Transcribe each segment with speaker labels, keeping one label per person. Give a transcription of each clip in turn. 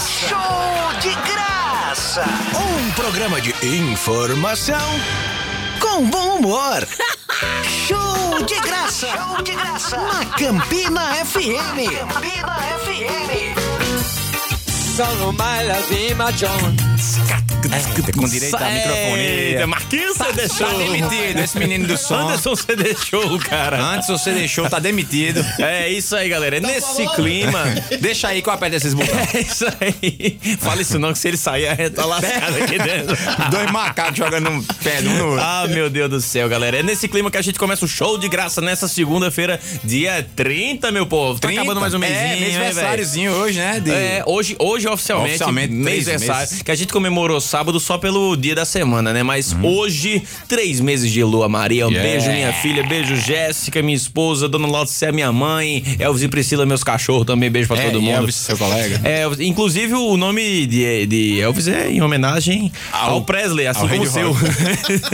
Speaker 1: Show de graça! Um programa de informação com bom humor. Show de graça! Show de graça! Na Campina FM! Campina FM!
Speaker 2: Solo my love in my John.
Speaker 3: Com direito a microfonia.
Speaker 4: Eita, Marquinhos, você deixou.
Speaker 3: Tá demitido esse menino do som.
Speaker 4: Anderson, você deixou, cara.
Speaker 3: Antes você deixou, tá demitido.
Speaker 4: É isso aí, galera. É
Speaker 3: Tá
Speaker 4: Nesse clima.
Speaker 3: Deixa aí que eu aperto esses botões.
Speaker 4: É isso aí. Fala isso não, que se ele sair, a gente tá lascado aqui dentro.
Speaker 3: Dois macacos jogando um pé um no outro.
Speaker 4: Ah, meu Deus do céu, galera. É nesse clima que a gente começa o show de graça nessa segunda-feira, dia 30, meu povo. Tá
Speaker 3: 30.
Speaker 4: acabando mais um mêsinho,
Speaker 3: É,
Speaker 4: hein, velho?
Speaker 3: mêsversáriozinho hoje, né? de-
Speaker 4: É, hoje, hoje oficialmente,
Speaker 3: Oficialmente, três
Speaker 4: mêsversário,
Speaker 3: meses.
Speaker 4: que a gente comemorou sábado só pelo dia da semana, né? Mas hoje, três meses de Lua Maria.
Speaker 3: Uhum.
Speaker 4: Um
Speaker 3: Yeah.
Speaker 4: beijo, minha filha, beijo, Jéssica, minha esposa, Dona Lócia, minha mãe, Elvis e Priscila, meus cachorros também, beijo pra
Speaker 3: É,
Speaker 4: todo
Speaker 3: e
Speaker 4: mundo.
Speaker 3: Elvis, seu colega.
Speaker 4: É, Elvis- inclusive o nome de, de Elvis é em homenagem ao,
Speaker 3: Ao-
Speaker 4: Presley, assim
Speaker 3: ao
Speaker 4: como
Speaker 3: rei
Speaker 4: o
Speaker 3: de
Speaker 4: seu.
Speaker 3: rock.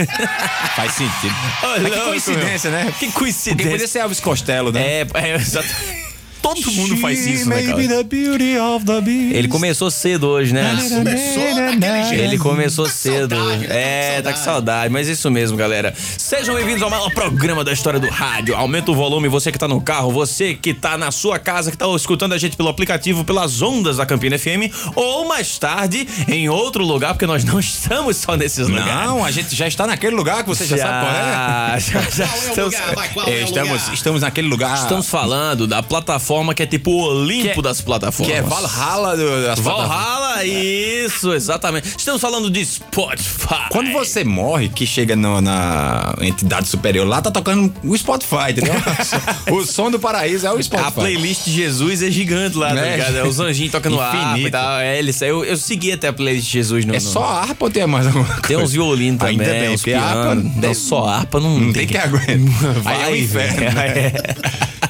Speaker 3: Faz sentido.
Speaker 4: Ô,
Speaker 3: Mas que
Speaker 4: louco,
Speaker 3: coincidência,
Speaker 4: meu.
Speaker 3: né?
Speaker 4: Que
Speaker 3: Porque poderia
Speaker 4: coincidência.
Speaker 3: ser Elvis Costello, né?
Speaker 4: É, é, exato. Todo mundo faz isso, né, cara?
Speaker 3: the beauty of the beast.
Speaker 4: Ele começou cedo hoje, né?
Speaker 3: começou daquele jeito.
Speaker 4: Ele começou
Speaker 3: Tá
Speaker 4: cedo. é, tá com saudade, mas é isso mesmo, galera. Sejam bem-vindos ao maior programa da história do rádio. Aumenta o volume, você que tá no carro, você que tá na sua casa, que tá escutando a gente pelo aplicativo, pelas ondas da Campina FM, ou mais tarde em outro lugar, porque nós não estamos só nesses lugares.
Speaker 3: Não, a gente já está naquele lugar que você já, sabe qual é.
Speaker 4: já, já estamos,
Speaker 3: É, estamos, estamos naquele lugar
Speaker 4: estamos falando da plataforma que é tipo o Olimpo
Speaker 3: Que é-
Speaker 4: das plataformas.
Speaker 3: que é Valhalla do, das plataformas.
Speaker 4: Valhalla, isso, exatamente. Estamos falando de Spotify.
Speaker 3: Quando você morre, que chega no- na entidade superior, lá tá tocando o Spotify, entendeu? o som do paraíso é o Spotify.
Speaker 4: A playlist de Jesus é gigante lá, tá
Speaker 3: Né?
Speaker 4: ligado? É, os anjinhos tocando harpa e
Speaker 3: Infinito.
Speaker 4: tal. É, ele saiu- eu, segui até a playlist de Jesus no.
Speaker 3: É
Speaker 4: no-
Speaker 3: só harpa ou tem mais alguma coisa?
Speaker 4: Tem uns violinos também,
Speaker 3: Ainda bem,
Speaker 4: uns
Speaker 3: porque harpa
Speaker 4: piano.
Speaker 3: não-
Speaker 4: Não, só harpa não,
Speaker 3: Não tem que aguentar. Aí é o
Speaker 4: Vai,
Speaker 3: inferno.
Speaker 4: velho.
Speaker 3: né?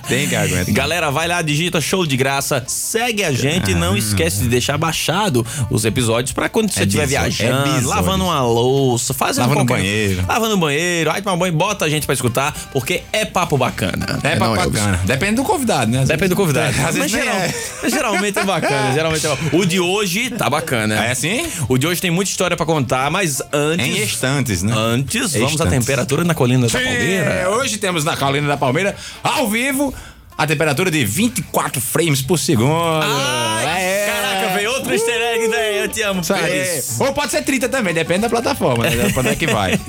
Speaker 3: Tem que aguentar.
Speaker 4: Galera, vai lá, digita show de graça, segue a gente e não esquece de deixar baixado os episódios pra quando você
Speaker 3: Ah. É
Speaker 4: estiver
Speaker 3: bizonho, é
Speaker 4: viajando,
Speaker 3: bizonho.
Speaker 4: lavando uma louça, fazendo
Speaker 3: Lavando um
Speaker 4: qualquer...
Speaker 3: banheiro.
Speaker 4: Lavando um banheiro, aí toma banho, bota a gente pra escutar, porque é papo bacana.
Speaker 3: É, pra
Speaker 5: não, Elvis.
Speaker 3: bacana. Depende do convidado, né? Às
Speaker 4: Depende do
Speaker 3: vezes-
Speaker 4: convidado.
Speaker 3: Às
Speaker 4: Mas
Speaker 3: vezes nem
Speaker 4: geral-
Speaker 3: é.
Speaker 4: mas geralmente é bacana, geralmente é bacana. O de hoje tá bacana.
Speaker 3: É assim? É
Speaker 4: O de hoje tem muita história pra contar, mas antes...
Speaker 3: Em estantes, né?
Speaker 4: Antes, vamos à
Speaker 3: Estantes.
Speaker 4: temperatura na colina da
Speaker 3: É,
Speaker 4: Palmeira.
Speaker 3: hoje temos na Colina da Palmeira, ao vivo, a temperatura de 24 frames por segundo.
Speaker 4: Ai,
Speaker 3: É.
Speaker 4: Caraca, veio outro easter egg, velho. Eu te amo,
Speaker 3: Isso aí.
Speaker 4: Pérez.
Speaker 3: Ou pode ser 30 também, depende da plataforma, né? Quando é que vai.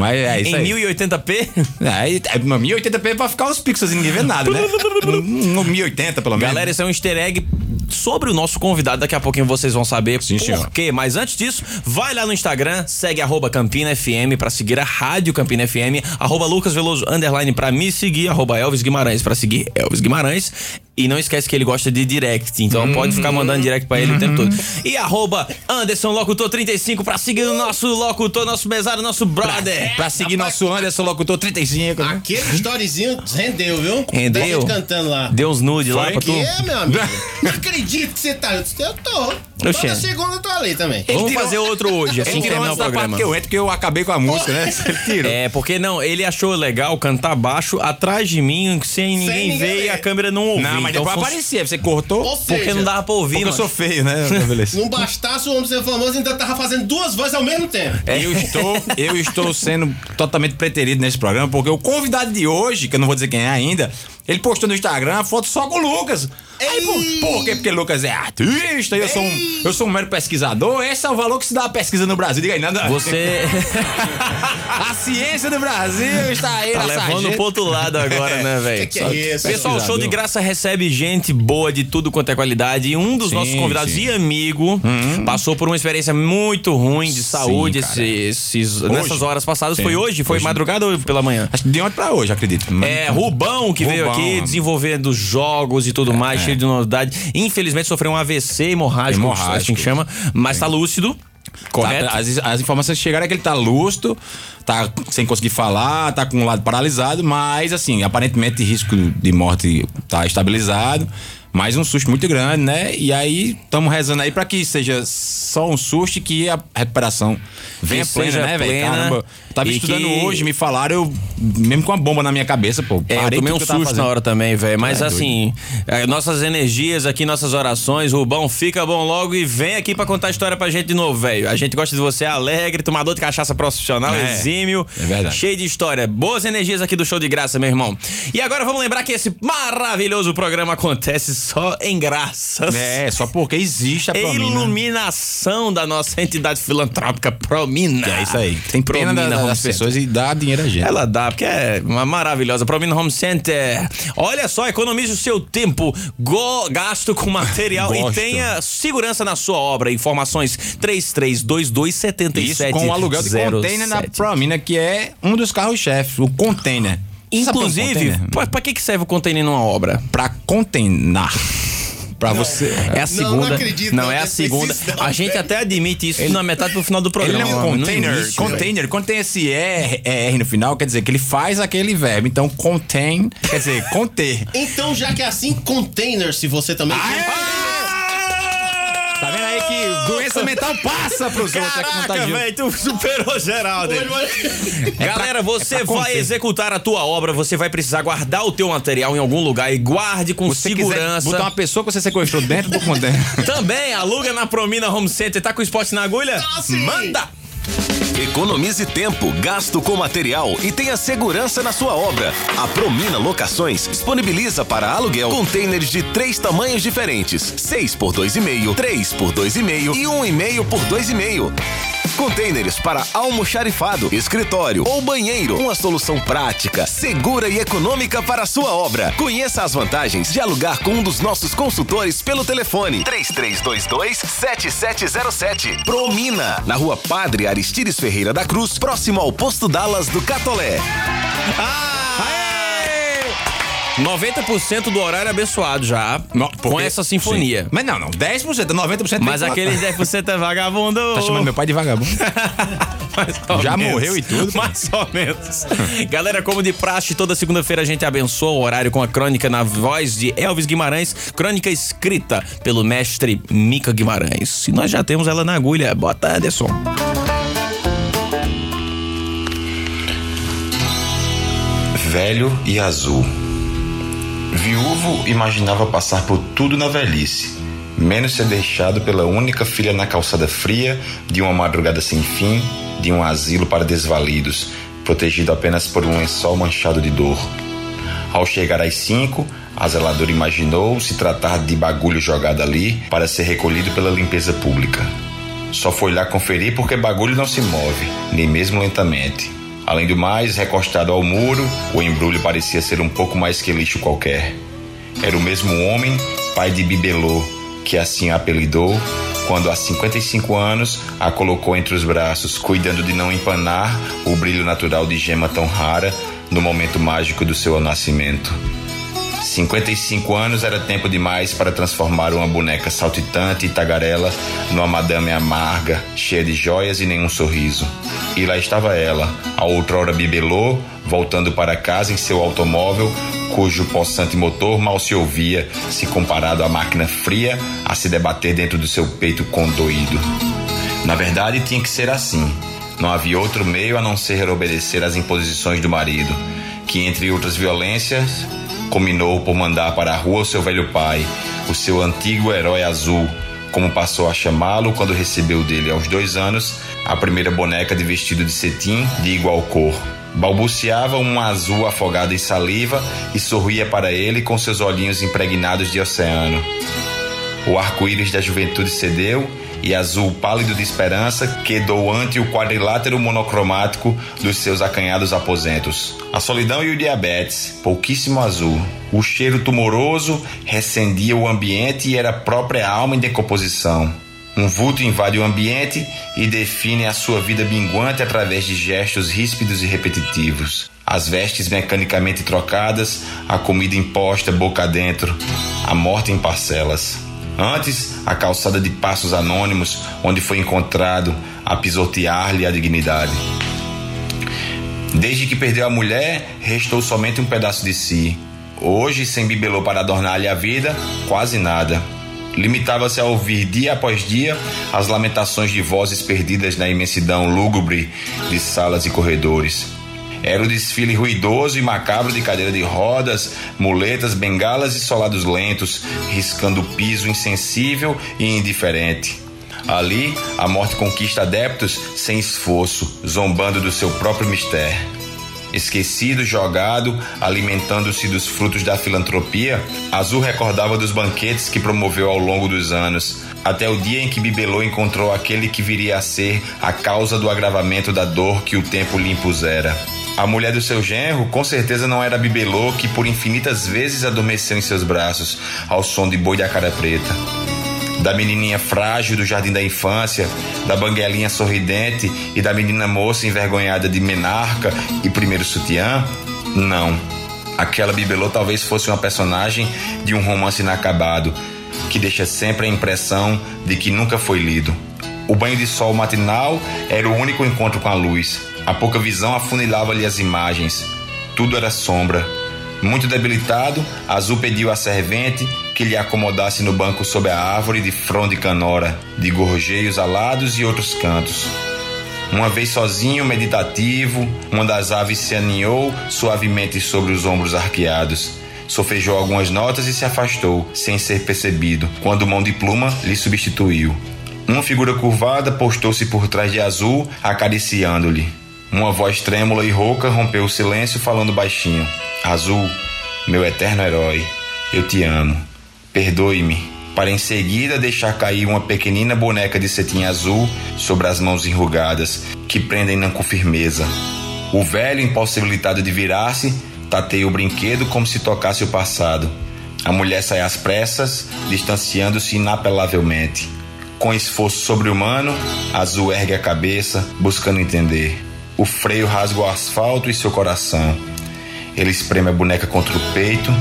Speaker 3: Mas é isso
Speaker 4: Em
Speaker 3: aí.
Speaker 4: 1080p?
Speaker 3: É, e- é, 1080p vai ficar os pixels e ninguém vê nada, né? Um- um 1080 pelo menos.
Speaker 4: Galera, esse é um easter egg sobre o nosso convidado. Daqui a pouquinho vocês vão saber
Speaker 3: Sim,
Speaker 4: por
Speaker 3: senhor.
Speaker 4: quê. Mas antes disso, vai lá no Instagram, segue arroba Campina FM pra seguir a Rádio Campina FM, arroba Lucas Veloso underline pra me seguir, arroba Elvis Guimarães pra seguir Elvis Guimarães. E não esquece que ele gosta de direct, então
Speaker 3: Uhum.
Speaker 4: pode ficar mandando direct pra ele o tempo todo. E arroba Anderson Locutor 35 pra seguir o nosso locutor, nosso mesário, nosso brother.
Speaker 3: É, pra seguir nosso Anderson Locutor 35, né?
Speaker 5: Aquele storyzinho rendeu, viu?
Speaker 4: Rendeu?
Speaker 5: Da gente cantando lá.
Speaker 4: Deu uns nude lá
Speaker 3: Foi
Speaker 4: pra
Speaker 5: Que
Speaker 4: tu.
Speaker 5: é, meu amigo? Não acredito que você tá. Eu disse, Eu tô. Toda
Speaker 4: Xande.
Speaker 5: segunda eu tô ali também.
Speaker 4: Vamos
Speaker 3: tirou-
Speaker 4: fazer outro hoje, assim
Speaker 3: Ele
Speaker 4: que
Speaker 3: tirou
Speaker 4: terminar o
Speaker 3: antes da parte
Speaker 4: programa.
Speaker 3: que eu entro, porque eu acabei com a música, né? Ele tirou.
Speaker 4: É, porque não, ele achou legal cantar baixo atrás de mim, sem ninguém
Speaker 5: ninguém
Speaker 4: ver e
Speaker 5: ver.
Speaker 4: a câmera não ouvir.
Speaker 3: Não, mas
Speaker 4: Então,
Speaker 3: depois
Speaker 4: fun-
Speaker 3: aparecia. Você cortou
Speaker 5: Ou
Speaker 4: Porque
Speaker 5: seja,
Speaker 4: não dava pra ouvir,
Speaker 3: porque eu
Speaker 4: mano.
Speaker 3: sou feio, né? Beleza.
Speaker 5: Não bastasse o homem ser famoso, ainda tava fazendo duas vozes ao mesmo tempo.
Speaker 3: Eu estou, eu estou sendo totalmente preterido nesse programa, porque o convidado de hoje, que eu não vou dizer quem é ainda, ele postou no Instagram a foto só com o Lucas. Aí,
Speaker 5: Ei!
Speaker 3: por, por quê? Porque Lucas é artista, eu sou, um, eu sou um mero pesquisador. Esse é o valor que se dá a pesquisa no Brasil. Diga aí, nada.
Speaker 4: Você
Speaker 3: A ciência do Brasil está aí
Speaker 4: tá
Speaker 3: na
Speaker 4: levando
Speaker 3: sarjeta.
Speaker 4: pro outro lado agora, né, velho?
Speaker 5: Que que é isso?
Speaker 4: Pessoal, o Show de
Speaker 3: Pesquisador.
Speaker 4: Graça recebe gente boa de tudo quanto é qualidade. E um dos
Speaker 3: Sim,
Speaker 4: nossos convidados
Speaker 3: sim. Uhum.
Speaker 4: e amigo passou por uma experiência muito ruim
Speaker 3: Sim,
Speaker 4: de saúde
Speaker 3: cara.
Speaker 4: esse- esses, nessas horas passadas.
Speaker 3: Sim.
Speaker 4: Foi hoje? Foi
Speaker 3: Hoje.
Speaker 4: madrugada ou pela manhã?
Speaker 3: Acho que de ontem pra hoje, acredito.
Speaker 4: É, Rubão que veio
Speaker 3: Rubão, É.
Speaker 4: aqui
Speaker 3: amigo.
Speaker 4: desenvolvendo jogos e tudo mais, cheio de novidade. Infelizmente sofreu um AVC hemorrágico,
Speaker 3: Hemorrágico.
Speaker 4: assim que chama, mas tá lúcido. Correto?
Speaker 3: Tá- as, as informações que chegaram é que ele tá lustro, tá sem conseguir falar, tá com um lado paralisado, mas assim, aparentemente risco de morte tá estabilizado. Mas um susto muito grande, né? E aí estamos rezando aí pra que seja só um susto e que a recuperação venha
Speaker 4: Que
Speaker 3: plena,
Speaker 4: seja
Speaker 3: né, velho?
Speaker 4: plena
Speaker 3: Caramba. Eu tava
Speaker 4: e
Speaker 3: estudando
Speaker 4: que-
Speaker 3: hoje, me falaram, eu mesmo com uma bomba na minha cabeça, pô.
Speaker 4: É, eu
Speaker 3: parei
Speaker 4: tomei um
Speaker 3: tudo que tava
Speaker 4: susto na
Speaker 3: fazendo.
Speaker 4: hora também, velho. Mas
Speaker 3: É,
Speaker 4: assim, é, nossas energias aqui, nossas orações, Rubão, fica bom logo e vem aqui pra contar a história pra gente de novo, velho. A gente gosta de você alegre, tomador de cachaça profissional,
Speaker 3: É,
Speaker 4: exímio.
Speaker 3: é verdade.
Speaker 4: Cheio de história. Boas energias aqui do Show de Graça, meu irmão. E agora vamos lembrar que esse maravilhoso programa acontece só em graças.
Speaker 3: É, só porque existe a
Speaker 4: É
Speaker 3: promina.
Speaker 4: iluminação da nossa entidade filantrópica Promina.
Speaker 3: É isso aí. Tem pena
Speaker 4: Promina
Speaker 3: da-
Speaker 4: Home
Speaker 3: das
Speaker 4: Center.
Speaker 3: pessoas e dá dinheiro a gente.
Speaker 4: Ela dá, porque é uma maravilhosa. Promina Home Center. Olha só, economize o seu tempo, go- gasto com material e
Speaker 3: Gosto.
Speaker 4: tenha segurança na sua obra. Informações 332277.
Speaker 3: Isso com o aluguel de container na Promina, que é um dos carros-chefes, o container. Você sabe o que é um
Speaker 4: Inclusive,
Speaker 3: container?
Speaker 4: pra, pra que que serve o container numa obra?
Speaker 3: pra contenar. Pra você.
Speaker 4: É a
Speaker 5: Não,
Speaker 4: segunda.
Speaker 5: não acredito,
Speaker 4: não,
Speaker 5: não
Speaker 4: é a
Speaker 5: deve
Speaker 4: segunda.
Speaker 5: precisar,
Speaker 4: A gente
Speaker 5: velho.
Speaker 4: até admite isso na metade pro final do
Speaker 3: Ele
Speaker 4: programa.
Speaker 3: é um
Speaker 4: no
Speaker 3: container.
Speaker 4: início, velho.
Speaker 3: container, quando tem esse R, R no final, quer dizer que ele faz aquele verbo. Então, contain, quer dizer, conter.
Speaker 5: Então, já que é assim, container, se você também.
Speaker 3: Tá vendo aí que doença mental passa pros outros, é
Speaker 4: Caraca,
Speaker 3: contagioso.
Speaker 4: velho, tu superou geral,
Speaker 5: Olha, olha.
Speaker 4: Galera, você
Speaker 3: É pra
Speaker 4: vai
Speaker 3: conter.
Speaker 4: executar a tua obra, você vai precisar guardar o teu material em algum lugar e guarde com
Speaker 3: Se quiser
Speaker 4: segurança.
Speaker 3: botar uma pessoa que você sequestrou dentro do container.
Speaker 4: Também aluga na Promina Home Center. Tá com o esporte na agulha?
Speaker 5: Tá, sim.
Speaker 4: Manda!
Speaker 6: Economize tempo, gasto com material e tenha segurança na sua obra. A Promina Locações disponibiliza para aluguel containers de três tamanhos diferentes: 6 por 2,5, 3 por 2,5 e 1,5 por 2,5. Containers para almoxarifado, escritório ou banheiro. Uma solução prática, segura e econômica para a sua obra. Conheça as vantagens de alugar com um dos nossos consultores pelo telefone 3322-7707. Promina, na rua Padre Aristides Ferreira da Cruz, próximo ao posto Dallas do Catolé.
Speaker 4: Aê! 90% do horário abençoado já
Speaker 3: No-
Speaker 4: com
Speaker 3: porque-
Speaker 4: essa sinfonia.
Speaker 3: Sim. Mas não, não. 10%, 90%.
Speaker 4: Mas
Speaker 3: tem que-
Speaker 4: aqueles 10% é vagabundo.
Speaker 3: Tá chamando meu pai de vagabundo.
Speaker 4: Mais ou
Speaker 3: Já
Speaker 4: menos.
Speaker 3: morreu e tudo.
Speaker 4: Mais ou menos. Galera, como de praxe, toda segunda-feira a gente abençoa o horário com a crônica na voz de Elvis Guimarães, crônica escrita pelo mestre Mica Guimarães. E nós já temos ela na agulha. Bota, Anderson.
Speaker 7: velho e azul. Viúvo imaginava passar por tudo na velhice, menos ser deixado pela única filha na calçada fria de uma madrugada sem fim, de um asilo para desvalidos, protegido apenas por um lençol manchado de dor. Ao chegar às cinco, a zeladora imaginou se tratar de bagulho jogado ali para ser recolhido pela limpeza pública. Só foi lá conferir porque bagulho não se move, nem mesmo lentamente. Além do mais, recostado ao muro, o embrulho parecia ser um pouco mais que lixo qualquer. Era o mesmo homem, pai de Bibelô, que assim a apelidou, quando há 55 anos a colocou entre os braços, cuidando de não empanar o brilho natural de gema tão rara no momento mágico do seu nascimento. 55 anos era tempo demais para transformar uma boneca saltitante e tagarela numa madame amarga, cheia de joias e nenhum sorriso. E lá estava ela, a outrora bibelô, voltando para casa em seu automóvel, cujo possante motor mal se ouvia se comparado à máquina fria a se debater dentro do seu peito condoído. Na verdade, tinha que ser assim. Não havia outro meio a não ser obedecer às imposições do marido, que, entre outras violências, combinou por mandar para a rua o seu velho pai, o seu antigo herói azul, como passou a chamá-lo quando recebeu dele, aos dois anos, a primeira boneca de vestido de cetim de igual cor. Balbuciava um azul afogado em saliva e sorria para ele com seus olhinhos impregnados de oceano. O arco-íris da juventude cedeu e azul pálido de esperança quedou ante o quadrilátero monocromático dos seus acanhados aposentos. A solidão e o diabetes, pouquíssimo azul. O cheiro tumoroso recendia o ambiente e era a própria alma em decomposição. Um vulto invade o ambiente e define a sua vida minguante através de gestos ríspidos e repetitivos. As vestes mecanicamente trocadas, a comida imposta boca dentro, a morte em parcelas. Antes, a calçada de passos anônimos, onde foi encontrado a pisotear-lhe a dignidade. Desde que perdeu a mulher, restou somente um pedaço de si. Hoje, sem bibelô para adornar-lhe a vida, quase nada. Limitava-se a ouvir dia após dia as lamentações de vozes perdidas na imensidão lúgubre de salas e corredores. Era o desfile ruidoso e macabro de cadeira de rodas, muletas, bengalas e solados lentos, riscando o piso insensível e indiferente. Ali, a morte conquista adeptos sem esforço, zombando do seu próprio mistério. Esquecido, jogado, alimentando-se dos frutos da filantropia, Azul recordava dos banquetes que promoveu ao longo dos anos, até o dia em que Bibelô encontrou aquele que viria a ser a causa do agravamento da dor que o tempo lhe impusera. A mulher do seu genro com certeza não era Bibelô que por infinitas vezes adormeceu em seus braços ao som de boi da cara preta. Da menininha frágil do jardim da infância, da banguelinha sorridente e da menina moça envergonhada de menarca e primeiro sutiã? Não. Aquela Bibelô talvez fosse uma personagem de um romance inacabado, que deixa sempre a impressão de que nunca foi lido. O banho de sol matinal era o único encontro com a luz. A pouca visão afunilava-lhe as imagens. Tudo era sombra. Muito debilitado, Azul pediu à servente que lhe acomodasse no banco sob a árvore de fronde canora, de gorjeios alados e outros cantos. Uma vez sozinho, meditativo, uma das aves se aninhou suavemente sobre os ombros arqueados. Sofejou algumas notas e se afastou, sem ser percebido, quando mão de pluma lhe substituiu. Uma figura curvada postou-se por trás de Azul, acariciando-lhe. Uma voz trêmula e rouca rompeu o silêncio, falando baixinho: Azul, meu eterno herói, eu te amo. Perdoe-me. Para em seguida deixar cair uma pequenina boneca de cetim azul sobre as mãos enrugadas, que prendem-na com firmeza. O velho, impossibilitado de virar-se, tateia o brinquedo como se tocasse o passado. A mulher sai às pressas, distanciando-se inapelavelmente. Com esforço sobre-humano, Azul ergue a cabeça, buscando entender. O freio rasga o asfalto e seu coração. Ele espreme a boneca contra o peito,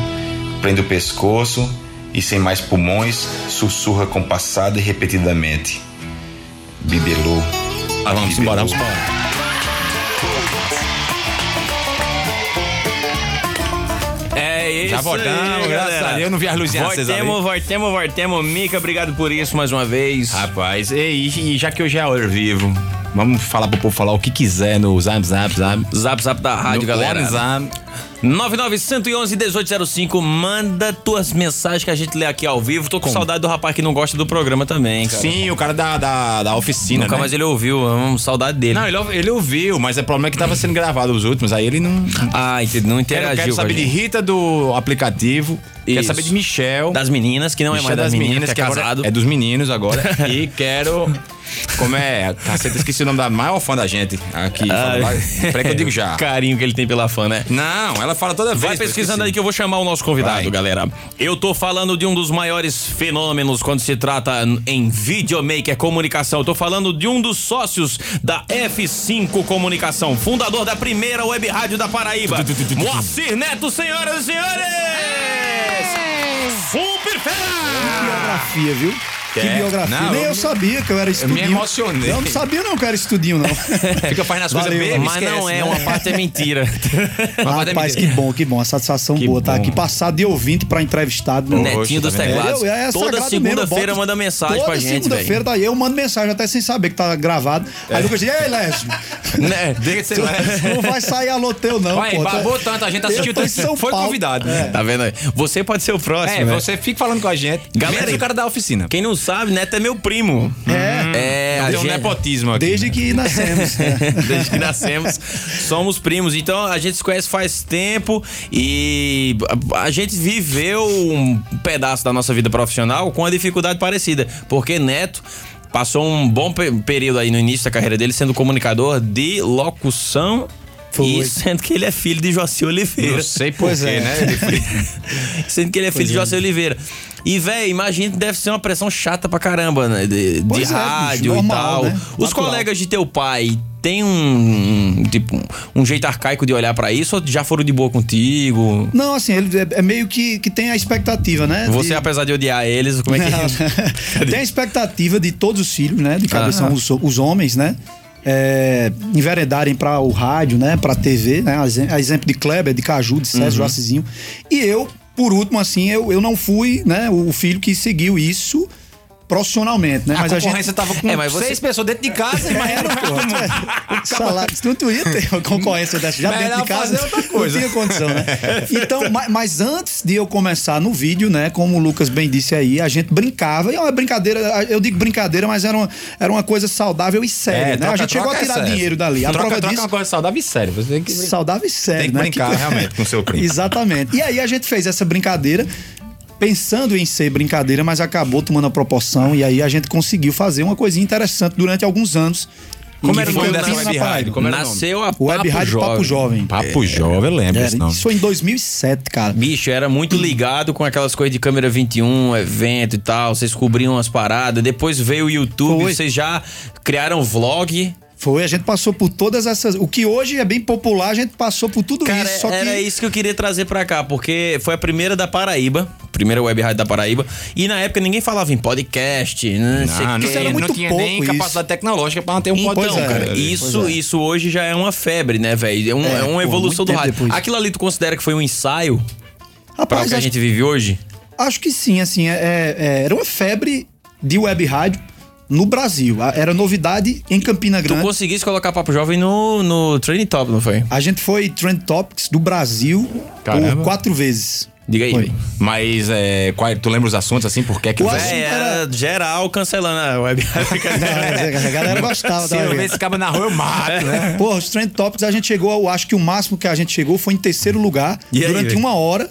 Speaker 7: prende o pescoço e, sem mais pulmões, sussurra compassada e repetidamente: Bibelô.
Speaker 3: Ah, vamos
Speaker 7: Bibelô.
Speaker 3: embora, vamos embora.
Speaker 4: É isso.
Speaker 3: Já voltamos,
Speaker 4: aí,
Speaker 3: graças
Speaker 4: galera.
Speaker 3: a Deus, eu não vi as luzinhas acesas ali.
Speaker 4: Voltemos, voltemos, voltemos. Mica, obrigado por isso mais uma vez.
Speaker 3: Rapaz, e, e- e já que hoje é ao vivo, vamos falar pro povo falar o que quiser no Zap Zap Zap.
Speaker 4: Zap zap da rádio,
Speaker 3: no
Speaker 4: galera.
Speaker 3: WhatsApp.
Speaker 4: 9911-1805, manda tuas mensagens que a gente lê aqui ao vivo. Tô com saudade do rapaz que não gosta do programa também, cara.
Speaker 3: Sim, o cara da, da, da oficina.
Speaker 4: Nunca
Speaker 3: né?
Speaker 4: mais ele ouviu, hum, saudade dele.
Speaker 3: Não, ele, ouv- ele ouviu, mas o problema é que tava sendo gravado os últimos, aí ele não.
Speaker 4: Ah, entendi, não
Speaker 3: Quero,
Speaker 4: interagiu
Speaker 3: quero
Speaker 4: com a
Speaker 3: saber de
Speaker 4: gente.
Speaker 3: Rita do aplicativo, quero
Speaker 4: Isso.
Speaker 3: saber de Michel.
Speaker 4: Das meninas, que não é
Speaker 3: Michel
Speaker 4: mais das, meninas, que é
Speaker 3: agora
Speaker 4: casado.
Speaker 3: É dos meninos agora. e quero. Como é? Caceta, esqueci o nome da maior fã da gente aqui.
Speaker 4: Ah,
Speaker 3: Peraí que eu digo já.
Speaker 4: Carinho que ele tem pela fã, né?
Speaker 3: Não, ela fala toda vez.
Speaker 4: Vai
Speaker 3: eu
Speaker 4: pesquisando
Speaker 3: esqueci.
Speaker 4: aí que eu vou chamar o nosso convidado,
Speaker 3: Vai.
Speaker 4: galera. Eu tô falando de um dos maiores fenômenos quando se trata em videomaker comunicação. Eu tô falando de um dos sócios da F5 Comunicação, fundador da primeira web rádio da Paraíba. Moacir Neto, senhoras e senhores! Super fera!
Speaker 8: biografia, viu? Que
Speaker 3: É.
Speaker 8: biografia.
Speaker 3: Não,
Speaker 8: Nem
Speaker 3: eu
Speaker 8: eu,
Speaker 3: me-
Speaker 8: sabia que eu era estudinho.
Speaker 3: emocionei.
Speaker 8: Eu não sabia não que eu era estudinho, não.
Speaker 3: Fica fazendo as coisas
Speaker 8: Valeu.
Speaker 3: bem,
Speaker 4: É. Mas não é,
Speaker 3: né?
Speaker 4: uma parte é mentira.
Speaker 8: Rapaz,
Speaker 4: é
Speaker 8: que bom, que bom. A satisfação boa tá
Speaker 4: bom.
Speaker 8: aqui. Passar de ouvinte pra entrevistado, meu irmão.
Speaker 4: Netinho dos
Speaker 3: tá vendo?
Speaker 4: teclados.
Speaker 8: É, eu- é
Speaker 4: né? Toda
Speaker 8: sagrado mesmo,
Speaker 4: segunda-feira
Speaker 8: eu boto-
Speaker 4: manda mensagem
Speaker 8: Toda
Speaker 4: pra gente,
Speaker 8: segunda-feira,
Speaker 4: velho.
Speaker 8: daí eu mando mensagem até sem saber que tá gravado.
Speaker 3: É.
Speaker 8: Aí Lucas diz, ei, Lésio,
Speaker 4: Né?
Speaker 3: Deixa de ser leve.
Speaker 8: tá- não vai sair alô teu, não,
Speaker 3: Vai,
Speaker 8: pô. tá?
Speaker 3: babou tanto, a gente assistiu
Speaker 8: Eu tô em
Speaker 3: tanto.
Speaker 8: São
Speaker 3: Foi
Speaker 8: Paulo.
Speaker 3: convidado. né?
Speaker 8: É.
Speaker 4: Tá vendo aí? Você pode ser o próximo.
Speaker 3: É,
Speaker 4: né?
Speaker 3: você fica falando com a gente.
Speaker 4: Galera,
Speaker 3: Menos o cara é da oficina.
Speaker 4: Quem não sabe, Neto é meu primo.
Speaker 8: Hum.
Speaker 4: É. É, a
Speaker 3: Tem um
Speaker 4: gente-
Speaker 3: nepotismo aqui.
Speaker 8: Desde que nascemos. né?
Speaker 4: Desde que nascemos, somos primos. Então a gente se conhece faz tempo e a, a gente viveu um pedaço da nossa vida profissional com uma dificuldade parecida. Porque Neto passou um bom pe- período aí no início da carreira dele sendo comunicador de locução. E
Speaker 8: Foi.
Speaker 4: sendo que ele é filho de Joacir Oliveira.
Speaker 3: Eu sei por
Speaker 8: Pois
Speaker 3: quê,
Speaker 8: é.
Speaker 3: né? Ele foi-
Speaker 4: Sendo que ele é filho de José Oliveira. E, véi, imagina que deve ser uma pressão chata pra caramba, né? De, de
Speaker 8: Pois é, bicho,
Speaker 4: rádio e
Speaker 8: normal,
Speaker 4: tal.
Speaker 8: né?
Speaker 4: Os
Speaker 8: Natural.
Speaker 4: colegas de teu pai têm um, um, tipo, um jeito arcaico de olhar pra isso ou já foram de boa contigo?
Speaker 8: Não, assim, ele é, é meio que, que tem a expectativa, né?
Speaker 4: Você,
Speaker 8: de-
Speaker 4: apesar de odiar eles, como é que...
Speaker 8: Tem a expectativa de todos os filhos, né? De cada
Speaker 4: Ah.
Speaker 8: são os, os homens, né? é, enveredarem para o rádio, né, para a TV, né, a exe- a exemplo de Kleber, de Caju, de César Jacizinho. E eu, por último, assim, eu, eu não fui né, o filho que seguiu isso profissionalmente, né?
Speaker 3: A
Speaker 8: mas a gente
Speaker 3: concorrência tava com
Speaker 4: É, mas é você-
Speaker 3: seis pessoas dentro de casa, imagina o resto do mundo.
Speaker 8: Salário, se não tu ia ter uma concorrência dessa já
Speaker 3: Melhor
Speaker 8: dentro de casa,
Speaker 3: fazer outra coisa.
Speaker 8: não tinha condição, né? Então, ma- mas, antes de eu começar no vídeo, né, como o Lucas bem disse aí, a gente brincava, e é uma brincadeira, eu digo brincadeira, mas era uma, era uma coisa saudável e séria, né? a gente chegou a
Speaker 3: é, troca
Speaker 8: tirar
Speaker 3: é sério.
Speaker 8: dinheiro dali. A
Speaker 3: troca,
Speaker 8: prova
Speaker 3: troca é
Speaker 8: disso,
Speaker 3: uma coisa saudável e séria. Você tem que brincar.
Speaker 8: saudável e séria,
Speaker 3: Tem que
Speaker 8: né?
Speaker 3: brincar, realmente, com seu primo.
Speaker 8: Exatamente. E aí a gente fez essa brincadeira pensando em ser brincadeira, mas acabou tomando a proporção e aí a gente conseguiu fazer uma coisinha interessante durante alguns anos.
Speaker 3: Como
Speaker 8: E assim,
Speaker 3: era o
Speaker 8: ficou
Speaker 3: nome dessa
Speaker 8: vivo na
Speaker 3: web rádio?
Speaker 8: Paraíba.
Speaker 3: Como é era o nome?
Speaker 4: Nasceu a
Speaker 8: Web
Speaker 4: Papo
Speaker 8: Rádio
Speaker 4: Jovem.
Speaker 8: Papo Jovem.
Speaker 3: Papo jovem, eu lembro
Speaker 8: É, Era,
Speaker 3: esse nome.
Speaker 8: isso foi em 2007, cara.
Speaker 4: Bicho, eu era muito ligado com aquelas coisas de câmera 21, evento e tal. Vocês cobriam umas paradas. Depois veio o YouTube,
Speaker 8: Foi.
Speaker 4: vocês já criaram vlog.
Speaker 8: Foi, a gente passou por todas essas. O que hoje é bem popular, a gente passou por tudo
Speaker 4: Cara,
Speaker 8: isso. Só que.
Speaker 4: era isso que eu queria trazer pra cá, porque foi a primeira da Paraíba, primeira web rádio da Paraíba, e na época ninguém falava em podcast, né, não sei o
Speaker 3: Ah, não,
Speaker 4: quê.
Speaker 8: era
Speaker 3: não,
Speaker 8: muito
Speaker 3: não tinha nem
Speaker 8: pouco
Speaker 3: capacidade tecnológica pra manter um
Speaker 4: Então,
Speaker 3: podão,
Speaker 8: é,
Speaker 4: cara,
Speaker 3: cara.
Speaker 4: isso, isso hoje já é uma febre, né, velho? É, um-
Speaker 8: É,
Speaker 4: é uma
Speaker 8: pô,
Speaker 4: evolução
Speaker 8: muito
Speaker 4: do
Speaker 8: tempo
Speaker 4: rádio.
Speaker 8: depois.
Speaker 4: Aquilo ali tu considera que foi um ensaio pra o
Speaker 8: Rapaz,
Speaker 4: que a
Speaker 8: acho,
Speaker 4: gente vive hoje?
Speaker 8: acho que sim, assim. é- é- era uma febre de web rádio no Brasil. A- Era novidade em Campina
Speaker 4: Tu
Speaker 8: Grande.
Speaker 4: conseguisse colocar Papo Jovem no, no Training Top, não foi?
Speaker 8: A gente foi Trend Topics do Brasil
Speaker 3: Caramba.
Speaker 8: por quatro vezes.
Speaker 4: Diga aí.
Speaker 8: Foi.
Speaker 4: velho.
Speaker 3: Mas é, qual- tu lembra os assuntos assim? Por que é que...
Speaker 8: O
Speaker 3: vai-
Speaker 8: assunto-
Speaker 4: É, era geral cancelando a web.
Speaker 8: é a galera gostava
Speaker 3: Se
Speaker 8: da
Speaker 3: eu
Speaker 8: web.
Speaker 3: ver esse cabo na rua, eu mato, né?
Speaker 8: Porra, os Trend Topics, a gente chegou, eu acho que o máximo que a gente chegou foi em terceiro lugar,
Speaker 4: E aí,
Speaker 8: durante
Speaker 4: velho?
Speaker 8: uma hora.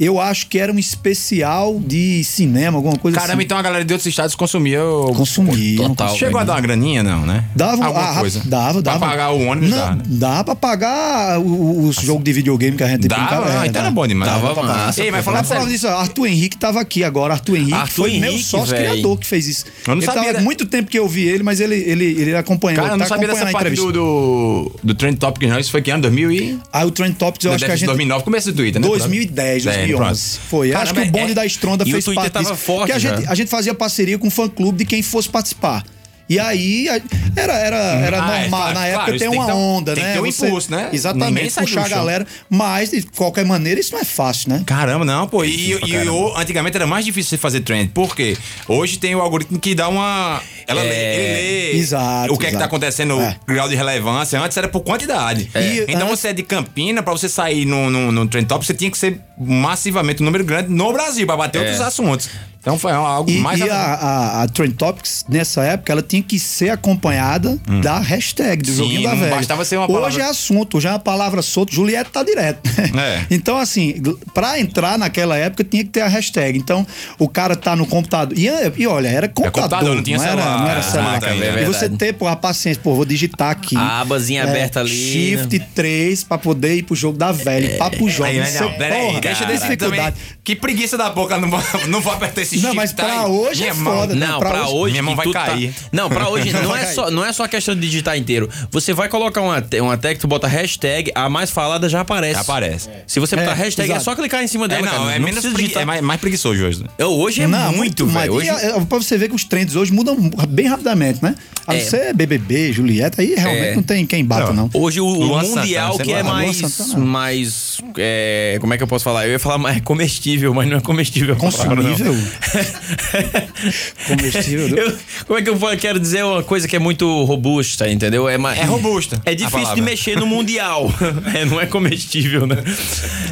Speaker 8: Eu acho que era um especial de cinema, alguma coisa
Speaker 3: Caramba,
Speaker 8: assim.
Speaker 3: então a galera de outros estados consumia o... né?
Speaker 8: Consumia.
Speaker 4: Total.
Speaker 3: Chegou a dar uma graninha, não, né?
Speaker 8: Dava
Speaker 3: Alguma
Speaker 8: ah, rap-
Speaker 3: coisa.
Speaker 8: Dava, dava.
Speaker 3: Pra pagar o ônibus,
Speaker 8: Não,
Speaker 3: dá, né? Assim.
Speaker 8: Dá pra pagar o- os jogos de videogame que a gente
Speaker 3: Dava,
Speaker 8: brincava.
Speaker 3: ah,
Speaker 8: É,
Speaker 3: então era
Speaker 8: dá.
Speaker 3: bom demais.
Speaker 4: Dava
Speaker 3: Dava
Speaker 4: massa,
Speaker 3: Ei, mas falar
Speaker 8: Mas falando
Speaker 3: sério,
Speaker 8: disso, Arthur Henrique tava aqui agora. Arthur Henrique
Speaker 4: Arthur
Speaker 8: foi meu
Speaker 4: Henrique,
Speaker 8: sócio
Speaker 4: véi.
Speaker 8: criador que fez isso.
Speaker 3: Eu não
Speaker 8: ele
Speaker 3: sabia
Speaker 8: Tava
Speaker 3: da-
Speaker 8: muito tempo que eu vi ele, mas ele, ele, ele acompanhou.
Speaker 3: Cara, eu
Speaker 8: tá
Speaker 3: não sabia dessa
Speaker 8: acompanhando a
Speaker 3: parte
Speaker 8: entrevista.
Speaker 3: do, do, do Trend Topic, não. Isso foi que ano? 2000 e...
Speaker 8: Aí o Trend Topics, eu
Speaker 3: Não,
Speaker 8: acho que
Speaker 3: deve
Speaker 8: a
Speaker 3: ser
Speaker 8: gente...
Speaker 3: 2009, começo do Twitter, né?
Speaker 8: 2010,
Speaker 3: É,
Speaker 8: 2011.
Speaker 3: pronto.
Speaker 8: foi.
Speaker 4: Cara,
Speaker 8: acho que o
Speaker 4: mas
Speaker 8: bonde
Speaker 4: é-
Speaker 8: da Estronda
Speaker 4: e o
Speaker 8: fez
Speaker 4: Twitter
Speaker 8: parte
Speaker 4: tava
Speaker 8: disso.
Speaker 4: forte
Speaker 8: Porque a
Speaker 4: já.
Speaker 3: né?
Speaker 8: gente, a gente fazia parceria com o fã-clube de quem fosse participar. E aí, a- era, era, era
Speaker 3: Ah, é,
Speaker 8: normal.
Speaker 3: claro,
Speaker 8: Na época
Speaker 3: claro, isso
Speaker 8: tem
Speaker 3: tem
Speaker 8: uma
Speaker 3: que dar um-
Speaker 8: onda,
Speaker 3: tem que
Speaker 8: né?
Speaker 3: ter um
Speaker 8: Você-
Speaker 3: impulso, né? Ninguém
Speaker 8: Exatamente,
Speaker 3: sai do
Speaker 8: puxar a
Speaker 3: chão.
Speaker 8: galera. Mas, de qualquer maneira, isso não é fácil, né?
Speaker 3: Caramba, não, pô. E, e o- antigamente era mais difícil você fazer trend. Por quê? Hoje tem o algoritmo que dá uma. Ela lê, ele lê
Speaker 8: É. Exato,
Speaker 3: o que é que tá
Speaker 8: exato.
Speaker 3: acontecendo,
Speaker 8: É.
Speaker 3: o grau de relevância. Antes era por quantidade.
Speaker 8: E
Speaker 3: Então
Speaker 8: antes-
Speaker 3: você é de Campina, pra você sair no, no, no trend top, você tinha que ser massivamente um número grande no Brasil, pra bater outros assuntos. Então foi algo
Speaker 8: É. E,
Speaker 3: mais.
Speaker 8: e a, a, a Trend Topics, nessa época, ela tinha que ser acompanhada da hashtag, do
Speaker 3: Hum. Sim,
Speaker 8: joguinho da
Speaker 3: não
Speaker 8: velha.
Speaker 3: bastava ser uma
Speaker 8: hoje
Speaker 3: palavra-
Speaker 8: é assunto, hoje é uma palavra solta. Juliette tá direto.
Speaker 3: É.
Speaker 8: Então, assim, pra entrar naquela época, tinha que ter a hashtag. Então, o cara tá no computador. E, e olha, era computador.
Speaker 3: computador, não tinha
Speaker 8: era,
Speaker 3: celular.
Speaker 8: Não era
Speaker 3: Ah,
Speaker 8: celular.
Speaker 3: tá, é
Speaker 8: e
Speaker 3: verdade.
Speaker 8: você ter, pô, a paciência, pô, vou digitar aqui. é,
Speaker 4: A abazinha aberta ali,
Speaker 8: Shift
Speaker 3: né?
Speaker 8: 3 pra poder ir pro jogo da velha. Papo jovem.
Speaker 3: Aí, né,
Speaker 8: Isso é
Speaker 3: não, peraí,
Speaker 8: porra,
Speaker 3: deixa desse
Speaker 8: dificuldade.
Speaker 3: Que preguiça da boca, não vou, não vou apertar esse
Speaker 8: Não,
Speaker 3: shift
Speaker 8: mas pra
Speaker 3: aí.
Speaker 8: hoje é
Speaker 3: Minha mão.
Speaker 8: foda, né?
Speaker 4: Não, pra, hoje,
Speaker 3: Minha mão
Speaker 4: que
Speaker 3: vai
Speaker 4: tudo tá-
Speaker 3: cair.
Speaker 4: Não, pra hoje não, é
Speaker 8: cair.
Speaker 4: só, não é só questão de digitar inteiro. Você vai colocar uma, te- uma tag, tu bota hashtag, a mais falada já aparece.
Speaker 3: Já aparece.
Speaker 4: Se você botar
Speaker 8: É,
Speaker 4: hashtag, é
Speaker 8: exato.
Speaker 4: só clicar em cima
Speaker 3: É,
Speaker 4: dela,
Speaker 3: não,
Speaker 4: cara.
Speaker 3: é menos
Speaker 4: precisa
Speaker 3: pregui-
Speaker 4: digitar.
Speaker 3: é mais, mais preguiçoso hoje. né?
Speaker 4: Eu- hoje é
Speaker 8: Não,
Speaker 4: muito,
Speaker 8: mais.
Speaker 4: velho. Hoje...
Speaker 8: E, é, pra você ver que os trends hoje mudam bem rapidamente, né? A não
Speaker 4: É.
Speaker 8: ser BBB, Julieta, aí realmente
Speaker 4: É.
Speaker 8: não tem quem bata, não.
Speaker 4: Hoje o
Speaker 3: Luan
Speaker 4: mundial
Speaker 3: Santana,
Speaker 4: que
Speaker 3: sei
Speaker 4: é
Speaker 3: lá,
Speaker 8: Luan
Speaker 4: mais,
Speaker 8: Santana.
Speaker 4: mais é, como é que eu posso falar? Eu ia falar mais comestível, mas não é comestível. a palavra, não. É,
Speaker 8: Consumível. Comestível.
Speaker 4: Eu- como é que eu vou- quero dizer uma coisa que é muito robusta, entendeu? É, ma-
Speaker 3: É robusta,
Speaker 4: É
Speaker 3: a
Speaker 4: difícil de
Speaker 3: palavra.
Speaker 4: mexer no mundial. É, não é comestível, né?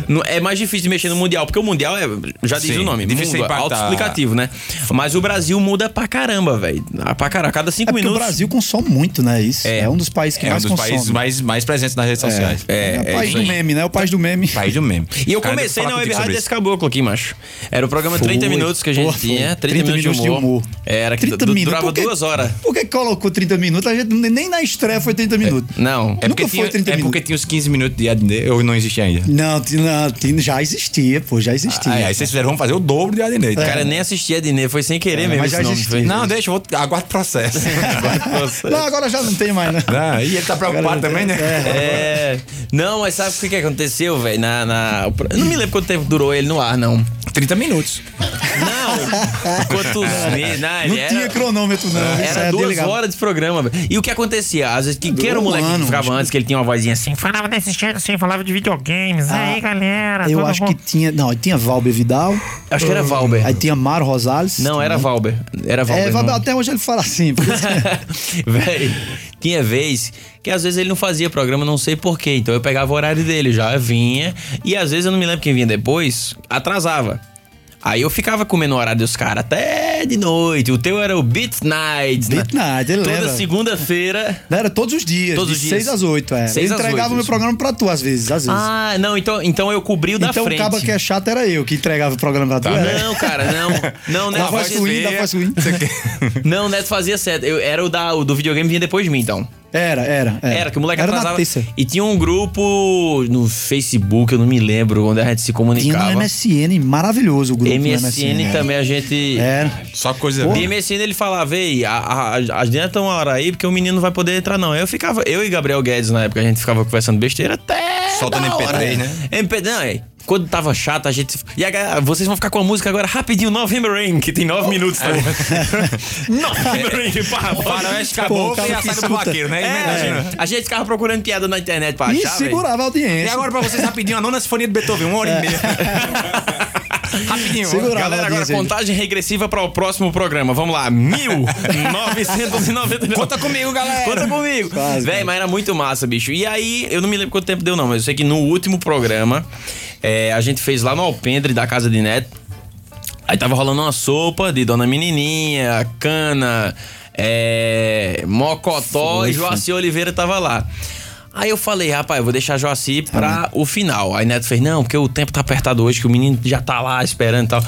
Speaker 4: Não- é mais difícil de mexer no mundial, porque o mundial é, já diz
Speaker 3: Sim,
Speaker 4: o nome,
Speaker 3: difícil
Speaker 4: mundo,
Speaker 3: impactar.
Speaker 4: autoexplicativo, né? Mas o Brasil muda pra caramba, velho. Ah, Pra caramba, a cada cinco
Speaker 8: É porque o
Speaker 4: minutos.
Speaker 8: Brasil consome muito, né? Isso.
Speaker 4: É.
Speaker 8: É, um dos países que
Speaker 3: É um
Speaker 8: mais
Speaker 3: dos
Speaker 8: consome.
Speaker 3: países mais, mais presentes nas redes sociais.
Speaker 8: É,
Speaker 4: é
Speaker 8: o país
Speaker 4: isso
Speaker 8: do
Speaker 4: aí.
Speaker 8: meme, né? O país do meme.
Speaker 3: País do meme.
Speaker 4: E eu
Speaker 3: Cara, deixa
Speaker 4: comecei na
Speaker 3: eu falar
Speaker 4: web
Speaker 3: contigo
Speaker 4: rádio
Speaker 3: sobre
Speaker 4: desse caboclo aqui, macho. Era o programa
Speaker 8: Foi.
Speaker 4: 30 minutos que a gente
Speaker 8: Porra, foi.
Speaker 4: tinha, 30, minutos de humor. É, Era que du- durava
Speaker 8: Por que-
Speaker 4: duas horas.
Speaker 8: Por que colocou 30 minutos? A gente nem na estreia foi 30 minutos.
Speaker 4: Não.
Speaker 3: É porque,
Speaker 8: Nunca foi
Speaker 3: tinha,
Speaker 8: 30
Speaker 3: é porque
Speaker 8: minutos.
Speaker 3: tinha os 15 minutos de ADN, eu não existia ainda.
Speaker 8: Não, t- não, t- já existia, pô, já existia.
Speaker 3: Aí, aí vocês fizeram, vamos fazer o dobro de ADN.
Speaker 4: O cara nem assistia de Nenê, foi sem querer mesmo.
Speaker 8: mas já
Speaker 4: esse nome,
Speaker 8: existia.
Speaker 4: foi.
Speaker 3: Não, deixa, eu vou, aguardo o processo.
Speaker 8: não, agora já não tem mais, né?
Speaker 3: Ah, e ele tá preocupado também, né?
Speaker 4: É. Não, mas sabe o que, que aconteceu, velho? Na, na- eu Não me lembro quanto tempo durou ele no ar, não.
Speaker 3: 30 minutos.
Speaker 4: Não, Quantos meses? Não, né? ele
Speaker 8: É. Não
Speaker 4: era-
Speaker 8: tinha cronômetro, não. Isso
Speaker 4: Era
Speaker 8: é
Speaker 4: duas
Speaker 8: delegado.
Speaker 4: horas de programa. velho. E o que acontecia? Às vezes, que, que era o
Speaker 8: Durou um
Speaker 4: moleque que
Speaker 8: ano,
Speaker 4: ficava
Speaker 8: acho
Speaker 4: antes, que ele tinha uma vozinha assim.
Speaker 9: Falava desse jeito assim, falava de videogames.
Speaker 8: Ah,
Speaker 9: aí, galera.
Speaker 8: Eu
Speaker 9: tudo
Speaker 8: acho
Speaker 9: bom?
Speaker 8: que tinha. Não, tinha Valber Vidal.
Speaker 4: Acho que era Valber.
Speaker 8: Aí tinha Mário Rosales.
Speaker 4: Não, era
Speaker 8: Valber.
Speaker 4: Valber. Era Valber.
Speaker 8: É,
Speaker 4: não.
Speaker 8: Valber até hoje ele fala assim. porque-
Speaker 4: Véi, tinha vez que às vezes ele não fazia programa, não sei porquê. Então eu pegava o horário dele já, vinha. E às vezes eu não me lembro quem vinha depois, atrasava. Aí eu ficava comendo o horário dos caras até de noite. O teu era o Beat Nights, né?
Speaker 8: Beat Night, ele
Speaker 4: Toda
Speaker 8: lembra.
Speaker 4: segunda-feira.
Speaker 8: Não, era todos os dias.
Speaker 4: Todos
Speaker 8: de
Speaker 4: os dias.
Speaker 8: 6 às 8, é.
Speaker 4: Seis
Speaker 8: eu
Speaker 4: às oito,
Speaker 8: entregava meu
Speaker 4: isso.
Speaker 8: programa pra tu, às vezes, às vezes.
Speaker 4: Ah, não, então, então eu cobri o da
Speaker 8: então
Speaker 4: frente. Tá.
Speaker 8: o cabo que é chato era eu que entregava o programa pra tu. era.
Speaker 4: Não, cara, não. Não, né,
Speaker 8: Da
Speaker 4: Neto
Speaker 8: voz
Speaker 4: fazia,
Speaker 8: ruim, da voz ruim.
Speaker 4: não, Neto fazia certo. Eu, era o, da, o do videogame vinha depois de mim, então.
Speaker 8: Era, era, era.
Speaker 4: Era, que o moleque
Speaker 8: É. era
Speaker 4: atrasava.
Speaker 8: na terça.
Speaker 4: E tinha um grupo no Facebook, eu não me lembro, onde a gente se
Speaker 8: Tinha um
Speaker 4: comunicava.
Speaker 8: no MSN, maravilhoso o grupo do
Speaker 4: MSN
Speaker 8: MSN
Speaker 4: também a gente.
Speaker 8: Era.
Speaker 3: Só coisa.
Speaker 8: Porra.
Speaker 4: De MSN ele falava, ei, a- a- a- adianta uma hora aí, porque o menino não vai poder entrar, não. Eu ficava, eu e Gabriel Guedes na época, a gente ficava conversando besteira até.
Speaker 3: Soltando
Speaker 4: da
Speaker 3: MP3,
Speaker 4: hora.
Speaker 3: né?
Speaker 4: MP, não, é, quando tava chato, a gente. E a ga- vocês vão ficar com a música agora rapidinho, November Rain, que tem nove minutos, tá? November Rain, pá,
Speaker 3: Faroeste
Speaker 8: Pô, o
Speaker 3: acabou
Speaker 8: cara
Speaker 3: e a
Speaker 8: que
Speaker 3: saída do
Speaker 8: escuta.
Speaker 3: vaqueiro, né? Imagina.
Speaker 4: É, a gente ficava procurando piada na internet pra
Speaker 8: E
Speaker 4: achar. velho.
Speaker 8: segurava a audiência.
Speaker 3: E agora pra vocês rapidinho, a nona sinfonia de Beethoven, uma hora e meia. rapidinho.
Speaker 8: Segurava
Speaker 4: Galera,
Speaker 8: a
Speaker 4: agora
Speaker 8: audiência.
Speaker 4: contagem regressiva para o próximo programa. Vamos lá, 1999. Conta comigo, galera. Conta comigo.
Speaker 8: Quase,
Speaker 4: Véi,
Speaker 8: cara.
Speaker 4: mas era muito massa, bicho. E aí, eu não me lembro quanto tempo deu, não, mas eu sei que no último programa, é, a gente fez lá no Alpendre da Casa de Neto. Aí tava rolando uma sopa de Dona Menininha, Cana, é, Mocotó e Joaci Oliveira tava lá. Aí eu falei, rapaz, eu vou deixar Joaci
Speaker 8: Tá
Speaker 4: pra o final. Aí Neto fez, não, porque o tempo tá apertado hoje, que o menino já tá lá esperando e tal.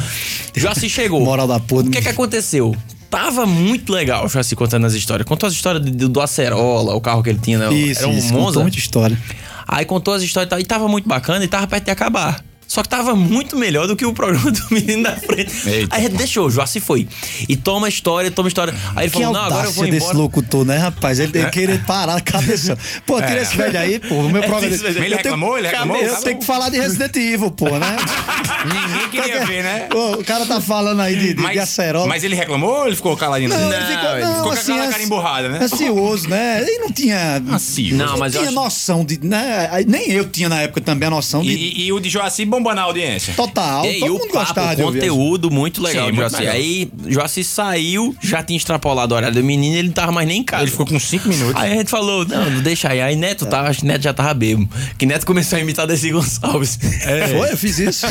Speaker 4: Joaci chegou.
Speaker 8: Moral da porra.
Speaker 4: O que é que aconteceu? Tava muito legal o Joaci contando as histórias. Contou as histórias do, do Acerola, o carro que ele tinha. Né?
Speaker 8: Isso,
Speaker 4: Era um
Speaker 8: isso,
Speaker 4: Monza.
Speaker 8: contou muita história.
Speaker 4: Aí contou as histórias e tal. E tava muito bacana e tava perto de acabar. Só que tava muito melhor do que o programa do menino da frente.
Speaker 3: Eita.
Speaker 4: Aí deixou, o Joaci foi. E toma a história, toma a história. Aí ele
Speaker 8: Que
Speaker 4: falou: não, agora eu vou
Speaker 8: audácia desse
Speaker 4: embora.
Speaker 8: locutor, né, rapaz?
Speaker 3: É.
Speaker 8: Ele tem que querer parar a cabeça. Pô, tira esse velho aí, pô. O meu programa.
Speaker 4: esse velho.
Speaker 3: Ele
Speaker 8: Eu
Speaker 3: reclamou, ele reclamou?
Speaker 8: Eu tenho que falar de Resident Evil, pô, né?
Speaker 3: Ninguém queria ver, né?
Speaker 8: Pô, o cara tá falando aí de, de, de acerola.
Speaker 3: mas ele reclamou ou ele ficou caladinho?
Speaker 8: não, ele ficou, não,
Speaker 3: ficou com
Speaker 8: assim,
Speaker 3: aquela cara
Speaker 8: ansi-
Speaker 3: emburrada, né?
Speaker 8: Ansioso, né? Ele não tinha.
Speaker 3: Ansioso.
Speaker 4: Não, mas eu
Speaker 8: tinha
Speaker 4: acho-
Speaker 8: noção de. Né? Aí Nem eu tinha na época também a noção de.
Speaker 3: E, e- e o de Joaci bombou na audiência.
Speaker 8: Total.
Speaker 4: E aí,
Speaker 8: todo
Speaker 4: o
Speaker 8: mundo
Speaker 4: papo,
Speaker 8: gostava de ouvir.
Speaker 4: conteúdo muito legal
Speaker 3: Sim,
Speaker 4: do
Speaker 3: muito
Speaker 4: Joaci.
Speaker 3: legal.
Speaker 4: Aí Joaci saiu, já tinha extrapolado a hora do menino ele não tava mais nem em casa.
Speaker 3: Ele ficou com 5 minutos.
Speaker 4: Aí a gente falou, não, não deixa aí. Aí Neto tava, acho que Neto já tava bêbado. Que Neto começou a imitar Desi Gonçalves.
Speaker 8: Foi, eu fiz isso.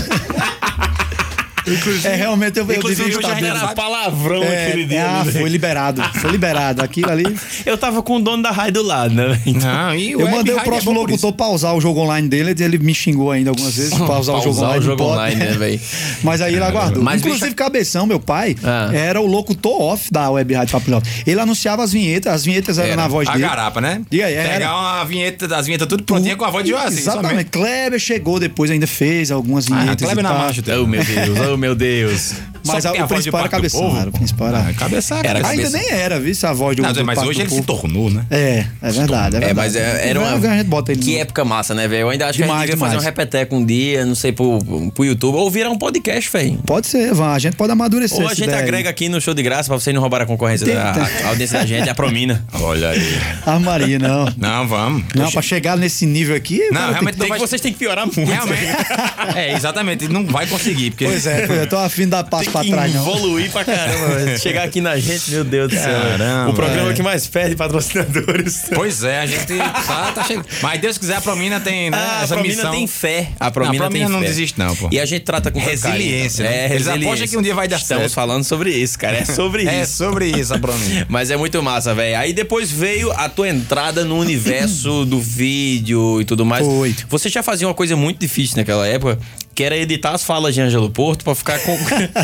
Speaker 8: é, realmente eu, eu devia
Speaker 4: Inclusive, eu
Speaker 8: estar
Speaker 4: já
Speaker 8: bem.
Speaker 4: era palavrão aquele
Speaker 8: É,
Speaker 4: dia.
Speaker 8: ah,
Speaker 4: né?
Speaker 8: foi liberado. Foi liberado. Aquilo ali.
Speaker 4: Eu tava com o dono da rádio do lado, né? Então,
Speaker 3: Não, e
Speaker 8: Eu mandei o
Speaker 3: Web Rádio
Speaker 8: próximo
Speaker 3: é bom por isso.
Speaker 8: locutor pausar o jogo online dele. Ele me xingou ainda algumas vezes. de Pausar, o jogo
Speaker 4: Pausar o
Speaker 8: online. não
Speaker 4: jogo
Speaker 8: pode.
Speaker 4: online, né, véi?
Speaker 8: Mas aí ele aguardou.
Speaker 4: Mas,
Speaker 8: Inclusive,
Speaker 4: bicho,
Speaker 8: Cabeção, meu pai,
Speaker 4: Ah.
Speaker 8: era o locutor off da Web Rádio Papilhota. Ele anunciava as vinhetas. As vinhetas eram
Speaker 3: Era.
Speaker 8: na voz
Speaker 3: a
Speaker 8: dele.
Speaker 3: garapa, né?
Speaker 8: E aí, é, era.
Speaker 3: Pegar uma vinheta, das vinhetas tudo prontinha com a voz de Joaci.
Speaker 8: Exatamente. Kleber chegou depois, ainda fez algumas vinhetas.
Speaker 3: assim, Ah, Kleber
Speaker 8: e
Speaker 3: na
Speaker 8: tal.
Speaker 3: marcha.
Speaker 4: Oh, meu Deus, oh, meu Deus.
Speaker 8: Mas
Speaker 3: Só
Speaker 8: a-
Speaker 3: tem a
Speaker 8: o
Speaker 3: voz de
Speaker 8: principal era
Speaker 3: Pato do
Speaker 8: cabeção.
Speaker 3: Povo?
Speaker 8: Era o principal era.
Speaker 3: Ah, cabeçar, cara.
Speaker 8: Ainda
Speaker 3: Cabeça.
Speaker 8: nem era, viu? Essa voz do.
Speaker 3: Não,
Speaker 8: do
Speaker 3: mas
Speaker 8: Pato
Speaker 3: hoje
Speaker 8: do
Speaker 3: ele se
Speaker 8: Povo.
Speaker 3: tornou, né?
Speaker 8: É, é verdade. É,
Speaker 4: É, mas
Speaker 8: verdade.
Speaker 4: é- era uma.
Speaker 8: Vai, A gente bota ele
Speaker 4: que
Speaker 8: no-
Speaker 4: época massa, né, velho? Eu ainda acho que a
Speaker 8: Demais,
Speaker 4: gente devia fazer um
Speaker 8: demais.
Speaker 4: repeteco um dia, não sei, pro, pro YouTube. Ou virar um podcast, velho.
Speaker 8: Pode ser, Van. A gente pode amadurecer.
Speaker 4: Ou a
Speaker 8: essa
Speaker 4: gente
Speaker 8: ideia aí.
Speaker 4: agrega aqui no show de graça pra vocês não roubarem a concorrência
Speaker 8: Tem-
Speaker 4: da
Speaker 8: tem.
Speaker 4: a audiência da gente, a Promina.
Speaker 3: Olha aí.
Speaker 8: Ah, Maria, não.
Speaker 3: Não, vamos.
Speaker 8: Não, pra chegar nesse nível aqui. o
Speaker 3: Não,
Speaker 8: cara Ah, tem
Speaker 3: realmente
Speaker 8: que-
Speaker 3: não vai...
Speaker 4: vocês têm que piorar muito.
Speaker 3: Realmente. é, exatamente. Ele não vai conseguir, porque...
Speaker 8: Pois é, pois é, eu tô afim de dar passo pra trás, não. É
Speaker 4: evoluir pra caramba. velho. Chegar aqui na gente, meu Deus do céu. velho.
Speaker 3: Caramba,
Speaker 4: o programa
Speaker 3: velho.
Speaker 4: que mais perde patrocinadores.
Speaker 3: Pois é, a gente tá, tá chegando. Mas Deus quiser, a Promina tem né,
Speaker 4: Ah,
Speaker 3: essa
Speaker 4: a Promina
Speaker 3: missão.
Speaker 4: tem fé. A Promina,
Speaker 3: Não, a Promina
Speaker 4: tem
Speaker 3: não
Speaker 4: fé.
Speaker 3: desiste não, pô.
Speaker 4: E a gente trata com tanta carinho.
Speaker 3: Resiliência, né?
Speaker 4: É,
Speaker 3: Eles
Speaker 4: resiliência.
Speaker 3: apostam que um dia vai dar
Speaker 4: Estamos
Speaker 3: certo.
Speaker 4: falando sobre isso, cara. É sobre
Speaker 3: É
Speaker 4: isso.
Speaker 3: sobre isso, a Promina.
Speaker 4: Mas é muito massa, velho. Aí depois veio a tua entrada no universo do vídeo e tudo mais.
Speaker 8: Foi.
Speaker 4: Você já fazia uma coisa muito difícil naquela época, que era editar as falas de Ângelo Porto pra ficar com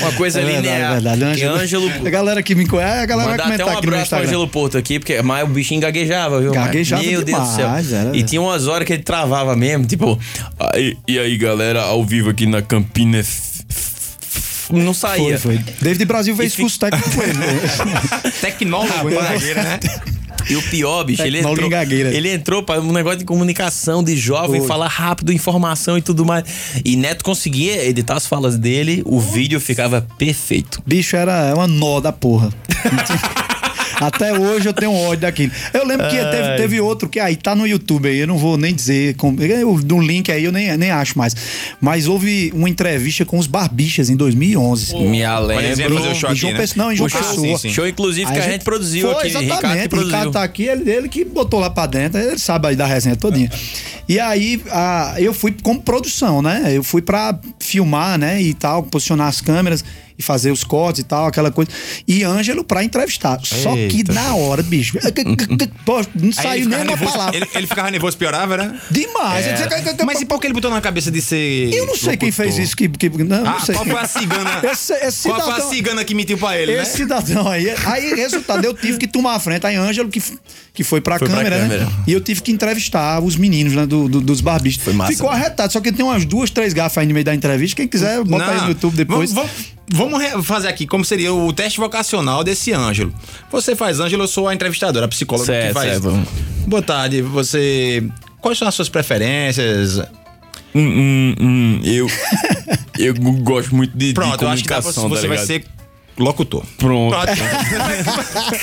Speaker 4: uma coisa
Speaker 8: É verdade,
Speaker 4: linear.
Speaker 8: é verdade.
Speaker 4: Que Ângelo
Speaker 8: A galera que me conhece, a galera vai
Speaker 4: Mandar até um
Speaker 8: comentar aqui no
Speaker 4: abraço pro
Speaker 8: Instagram.
Speaker 4: Angelo Porto aqui, porque mas o bichinho gaguejava, viu? Maio?
Speaker 8: Gaguejava
Speaker 4: Meu Deus do
Speaker 8: demais,
Speaker 4: céu.
Speaker 8: era.
Speaker 4: E tinha umas horas que ele travava mesmo, tipo, "Aí- e aí galera, ao vivo aqui na Campina. F- F- Não saía.
Speaker 8: Foi, foi. David Brasil fez
Speaker 4: Esse-
Speaker 8: curso técnico com ele.
Speaker 3: Tecnólogo,
Speaker 8: Rapaz.
Speaker 3: barragueira, né?
Speaker 4: E o pior, bicho, ele
Speaker 8: Tecnólogo
Speaker 4: entrou,
Speaker 8: em Tá gagueira.
Speaker 4: ele entrou para um negócio de comunicação, de jovem,
Speaker 8: Foi.
Speaker 4: falar rápido, informação e tudo mais. E Neto conseguia editar as falas dele, o vídeo ficava perfeito.
Speaker 8: Bicho, era uma nó da porra. Até hoje eu tenho um ódio daquilo. Eu lembro que teve, teve outro que aí tá no YouTube aí, eu não vou nem dizer. como- eu- Do link aí eu nem, nem acho mais. Mas houve uma entrevista com os Barbichas em 2011.
Speaker 4: Me
Speaker 3: Quando eles iam
Speaker 4: lembro.
Speaker 3: fazer o show
Speaker 8: Em João
Speaker 3: aqui, né?
Speaker 8: Pessoa- não, em João
Speaker 3: O show,
Speaker 8: Pessoa.
Speaker 3: sim, sim.
Speaker 4: Show, inclusive, que a gente, produziu
Speaker 8: foi,
Speaker 4: aqui.
Speaker 8: Exatamente.
Speaker 4: Ricardo que
Speaker 8: o
Speaker 4: produziu.
Speaker 8: Ricardo tá aqui, ele, ele que botou lá pra dentro, ele sabe aí da resenha todinha. E aí a- eu fui como produção, né? Eu fui pra filmar, né? E tal, posicionar as câmeras e fazer os cortes e tal, aquela coisa. E Ângelo pra entrevistar. Só que na hora, bicho, pô, não
Speaker 3: Aí ele
Speaker 8: saiu
Speaker 3: ficava
Speaker 8: nem uma
Speaker 3: nervoso-
Speaker 8: palavra.
Speaker 3: Ele, ele ficava nervoso, piorava, né?
Speaker 8: Demais.
Speaker 3: É.
Speaker 8: Ele dizia,
Speaker 3: Mas e por que ele botou na cabeça de ser.
Speaker 8: eu não sei quem fez
Speaker 3: locutor?
Speaker 8: isso. Que, que, não,
Speaker 3: Ah,
Speaker 8: não sei.
Speaker 3: qual foi a cigana?
Speaker 8: Esse, esse
Speaker 3: qual foi a
Speaker 8: cidadão-
Speaker 3: cigana que mentiu pra ele,
Speaker 8: Esse
Speaker 3: né?
Speaker 8: cidadão aí. Aí, resultado, eu tive que tomar a frente. Aí, Ângelo, que, f- que foi pra
Speaker 4: Foi pra
Speaker 8: câmera,
Speaker 4: câmera.
Speaker 8: né? E eu tive que entrevistar os meninos, né? do- do- dos barbistas.
Speaker 4: massa,
Speaker 8: Ficou
Speaker 4: né?
Speaker 8: arretado. Só que tem umas duas, três gafas aí no meio da entrevista. Quem quiser, bota aí no YouTube depois.
Speaker 3: Vamos, vamos- vamos re- fazer aqui como seria o teste vocacional desse Ângelo. Você faz Ângelo, eu sou a entrevistadora, a psicóloga que
Speaker 4: Certo,
Speaker 3: faz.
Speaker 4: certo, vamos.
Speaker 3: Boa tarde, você. Quais são as suas preferências?
Speaker 4: Hum, hum, hum, eu, eu gosto muito de, de
Speaker 3: Pronto, eu acho que dá pra-
Speaker 4: comunicação,
Speaker 3: você
Speaker 4: tá
Speaker 3: vai
Speaker 4: ligado?
Speaker 3: ser locutor.
Speaker 4: Pronto.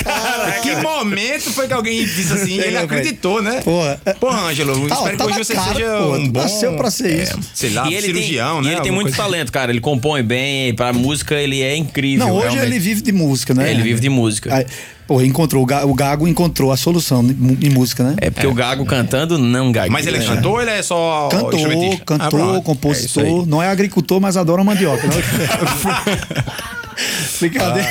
Speaker 3: Cara, que momento foi que alguém disse assim? Ele acreditou, né?
Speaker 8: Porra.
Speaker 3: Pô, Ângelo, eu
Speaker 8: é, Tá, ó,
Speaker 3: espero
Speaker 8: tá
Speaker 3: que
Speaker 8: na
Speaker 3: hoje você
Speaker 8: cara,
Speaker 3: seja
Speaker 8: pô,
Speaker 3: um
Speaker 8: tu
Speaker 3: bom.
Speaker 8: nasceu pra ser isso.
Speaker 3: Sei lá,
Speaker 4: e ele
Speaker 3: cirurgião,
Speaker 4: tem,
Speaker 3: né?
Speaker 4: E ele tem
Speaker 3: alguma
Speaker 4: muito
Speaker 3: coisa.
Speaker 4: talento, cara. Ele compõe bem, pra música ele é incrível.
Speaker 8: Não, hoje
Speaker 4: realmente.
Speaker 8: ele vive de música, né?
Speaker 4: É, ele vive de música.
Speaker 8: Aí, Pô, encontrou, o Ga- o Gago encontrou a solução de mu- em música, né?
Speaker 4: É porque o Gago cantando não gagueja.
Speaker 3: Mas ele é cantor ou ele é só
Speaker 8: Cantor,
Speaker 3: instrumentista? Ah,
Speaker 8: cantor,
Speaker 3: pronto.
Speaker 8: compositor.
Speaker 4: É isso
Speaker 8: não é agricultor, mas adora mandioca. né? Brincadeira.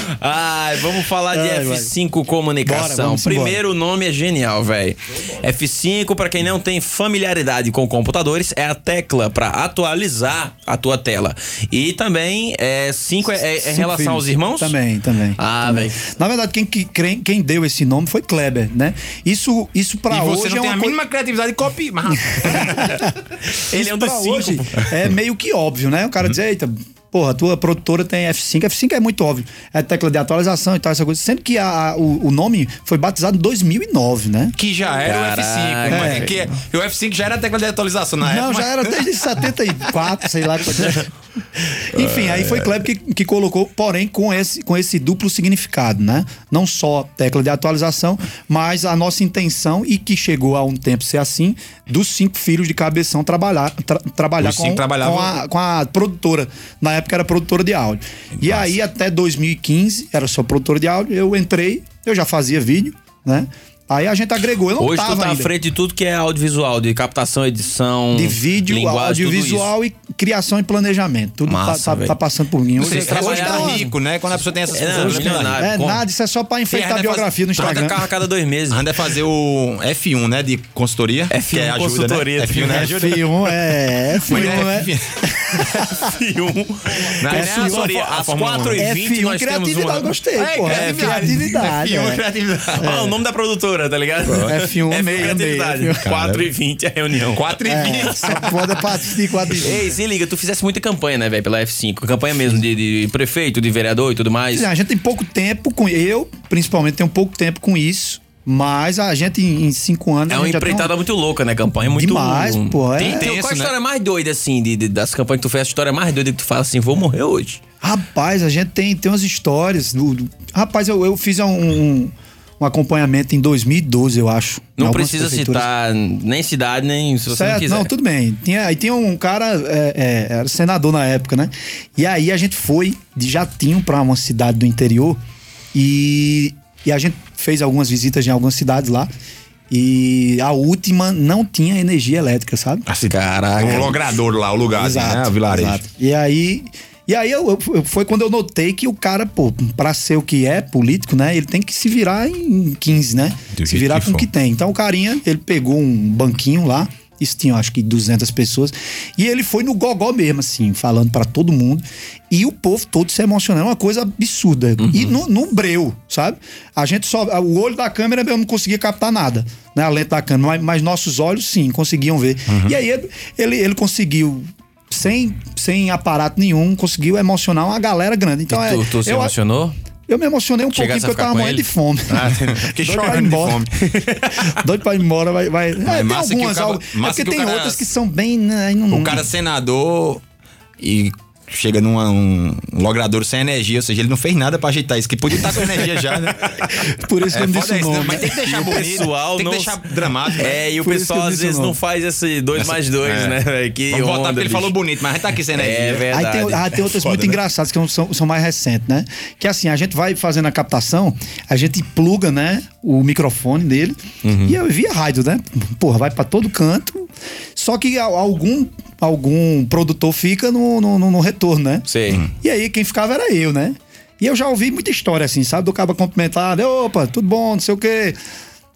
Speaker 3: É,
Speaker 4: Ai, vamos falar de
Speaker 8: Ai, vai.
Speaker 4: F5 Comunicação.
Speaker 8: Bora, vamos
Speaker 4: Primeiro, o nome é genial, velho. F5, pra quem não tem familiaridade com computadores, é a tecla pra atualizar a tua tela. E também, é 5 é, é, é em
Speaker 8: Cinco
Speaker 4: relação
Speaker 8: filhos.
Speaker 4: aos irmãos?
Speaker 8: Também, também.
Speaker 4: Ah,
Speaker 8: Também.
Speaker 4: velho.
Speaker 8: Na verdade, quem, que- quem, quem deu esse nome foi Kleber, né? Isso, isso pra
Speaker 3: E
Speaker 8: hoje
Speaker 3: você não tem
Speaker 8: é uma
Speaker 3: a
Speaker 8: coisa-
Speaker 3: mínima criatividade de copiar. mas-
Speaker 4: Ele é um dos
Speaker 8: pra
Speaker 4: cinco.
Speaker 8: hoje
Speaker 4: pô.
Speaker 8: é meio que óbvio, né? O cara diz, eita, porra, tua produtora tem F5. F5 é muito óbvio. É tecla de atualização e tal, essa coisa. Sendo que a- a- o, o nome foi batizado em 2009, né?
Speaker 3: Que já era
Speaker 4: Caraca.
Speaker 3: o F5. Mas é que e o F5 já era a tecla de atualização na
Speaker 8: Não,
Speaker 3: época.
Speaker 8: já
Speaker 3: mas-
Speaker 8: era desde 74, sei lá. quanto era. Enfim, aí
Speaker 3: É.
Speaker 8: foi Kleber que, que colocou, porém, com esse, com esse duplo significado, né? Não só tecla de atualização, mas a nossa intenção, e que chegou há um tempo ser assim, dos cinco filhos de cabeção trabalhar, tra- trabalhar,
Speaker 3: Os cinco
Speaker 8: com,
Speaker 3: trabalhavam-
Speaker 8: com, a, com a produtora. Na época era produtora de áudio. E aí, até 2015, era só produtora de áudio, eu entrei, eu já fazia vídeo, né? Aí a gente agregou, eu não
Speaker 4: Hoje
Speaker 8: tava
Speaker 4: tu tá à
Speaker 8: ainda
Speaker 4: frente de tudo que é audiovisual, de captação, edição,
Speaker 8: de vídeo,
Speaker 4: Hum, linguagem, tudo
Speaker 8: audiovisual e criação e planejamento. Tudo
Speaker 4: Massa,
Speaker 8: tá- tá,
Speaker 4: velho.
Speaker 8: tá passando por mim. Hoje,
Speaker 3: Vocês
Speaker 8: hoje
Speaker 3: trabalharam
Speaker 8: tá
Speaker 4: trabalham
Speaker 3: rico, né? Quando a pessoa tem essas
Speaker 4: É, não,
Speaker 3: coisas.
Speaker 4: milionário.
Speaker 3: milionárias.
Speaker 8: É
Speaker 4: Como?
Speaker 8: nada, isso é só pra enfeitar a
Speaker 3: Ferrari
Speaker 8: biografia no
Speaker 4: isso. né? Troca
Speaker 8: Instagram.
Speaker 4: carro a cada dois meses.
Speaker 3: Ainda fazer o F1, né? De consultoria.
Speaker 4: F1
Speaker 3: que é ajuda,
Speaker 4: consultoria.
Speaker 3: Né? F1, né? Ajuda.
Speaker 8: F1 é
Speaker 4: Tipo,
Speaker 3: Mas
Speaker 8: F1,
Speaker 3: é
Speaker 8: né?
Speaker 3: F1. Não, é
Speaker 8: F1
Speaker 3: assessoria,
Speaker 4: Às
Speaker 3: a Fórmula 1.
Speaker 4: quatro e-
Speaker 8: F1,
Speaker 4: nós temos
Speaker 8: criatividade,
Speaker 4: uma-
Speaker 8: gostei,
Speaker 3: É,
Speaker 8: pô.
Speaker 4: um,
Speaker 8: É, criatividade.
Speaker 3: F1,
Speaker 8: é.
Speaker 3: criatividade.
Speaker 4: Ó, o nome da produtora, tá ligado?
Speaker 8: F1,
Speaker 4: é
Speaker 8: amei, amei.
Speaker 4: criatividade. 4 e 20 é a reunião.
Speaker 3: 4 e
Speaker 8: um. É,
Speaker 3: 20.
Speaker 8: só pode partir com a de
Speaker 4: Ei, se liga, tu fizesse muita campanha, né, velho, pela F5. Campanha mesmo de, de prefeito, de vereador e tudo mais.
Speaker 8: A gente tem pouco tempo com. Eu, principalmente, tenho pouco tempo com isso. Mas a gente, em em cinco anos.
Speaker 4: É
Speaker 8: a
Speaker 4: uma
Speaker 8: gente já tem um
Speaker 4: empreitada muito louca, né? Campanha muito
Speaker 8: Demais, pô, é.
Speaker 4: Tem, tem,
Speaker 8: Tenso,
Speaker 4: qual a
Speaker 8: né?
Speaker 4: história mais doida, assim, de, de- das campanhas que tu fez? A história mais doida que tu fala assim, vou morrer hoje.
Speaker 8: Rapaz, a gente tem, tem umas histórias. do- do- Rapaz, eu, eu fiz um, um- um acompanhamento em 2012, eu acho. em
Speaker 4: Não
Speaker 8: algumas
Speaker 4: precisa
Speaker 8: prefeituras.
Speaker 4: citar nem cidade, nem se você não
Speaker 8: Certo,
Speaker 4: quiser.
Speaker 8: não, tudo bem. Tinha, aí tinha um cara, é, é, era senador na época, né? E aí a gente foi de jatinho pra uma cidade do interior e, e a gente fez algumas visitas em algumas cidades lá. E a última não tinha energia elétrica, sabe?
Speaker 4: Caraca.
Speaker 3: O Assim, um logrador lá, o lugar, assim, né? O vilarejo.
Speaker 8: E aí, e aí eu, eu- eu- foi quando eu notei que o cara, pô, pra ser o que é político, né? Ele tem que se virar em 15, né?
Speaker 3: Do
Speaker 8: se
Speaker 3: jeito
Speaker 8: virar
Speaker 3: que
Speaker 8: com o
Speaker 3: for.
Speaker 8: que tem. Então o carinha, ele pegou um banquinho lá, isso tinha acho que 200 pessoas, e ele foi no gogó mesmo, assim, falando pra todo mundo. E o povo todo se emocionando, é uma coisa absurda. E no, no breu, sabe? A gente só. O olho da câmera eu não conseguia captar nada, né? A lente da câmera, mas, mas nossos olhos sim conseguiam ver. E aí ele- ele, ele conseguiu sem, sem aparato nenhum, conseguiu emocionar uma galera grande. Então,
Speaker 4: E tu,
Speaker 8: é,
Speaker 4: tu se
Speaker 8: eu,
Speaker 4: emocionou?
Speaker 8: Eu me emocionei um
Speaker 4: Chegasse
Speaker 8: pouquinho porque eu
Speaker 4: a
Speaker 8: tava
Speaker 4: ficar com
Speaker 8: morrendo
Speaker 4: ele?
Speaker 3: Ah,
Speaker 8: de fome.
Speaker 3: fiquei
Speaker 8: Doido pra ir
Speaker 3: chorando de
Speaker 8: embora.
Speaker 3: fome.
Speaker 8: Doido pra ir embora, vai. vai. É, tem
Speaker 3: massa que o
Speaker 8: algumas,
Speaker 3: cara-
Speaker 8: algo- é
Speaker 3: massa
Speaker 8: porque
Speaker 3: que o
Speaker 8: tem
Speaker 3: cara-
Speaker 8: outras que são bem. né, aí não-
Speaker 3: O cara é senador e chega num um logrador sem energia, ou seja, ele não fez nada pra ajeitar isso, que podia estar com energia já, né?
Speaker 8: Por isso que eu
Speaker 3: foda
Speaker 8: não disse o
Speaker 3: isso, né?
Speaker 8: nome.
Speaker 3: Mas tem que deixar
Speaker 4: E o
Speaker 3: bonito,
Speaker 4: pessoal
Speaker 3: tem que
Speaker 4: não-
Speaker 3: deixar dramático. né?
Speaker 4: É, e o
Speaker 8: Por isso
Speaker 4: pessoal
Speaker 8: que eu
Speaker 4: às
Speaker 8: disse
Speaker 4: vezes
Speaker 8: o
Speaker 4: não.
Speaker 8: nome.
Speaker 4: faz esse dois mais dois,
Speaker 3: É.
Speaker 4: né, velho? Que
Speaker 3: Vamos
Speaker 4: onda,
Speaker 3: votar porque ele
Speaker 4: bicho.
Speaker 3: falou bonito, mas a gente tá aqui sem energia.
Speaker 4: É
Speaker 8: Aí tem,
Speaker 4: verdade.
Speaker 8: ah, tem outras muito engraçadas que são, são mais recentes, né? Que assim, a gente vai fazendo a captação, a gente pluga, né? O microfone dele. E eu via rádio, né? Porra, vai pra todo canto. Só que al- algum, algum produtor fica no, no, no- no retorno, né?
Speaker 4: Sei.
Speaker 8: E aí quem ficava era eu, né? E eu já ouvi muita história assim, sabe? Do cabo cumprimentado, opa, tudo bom, não sei o quê.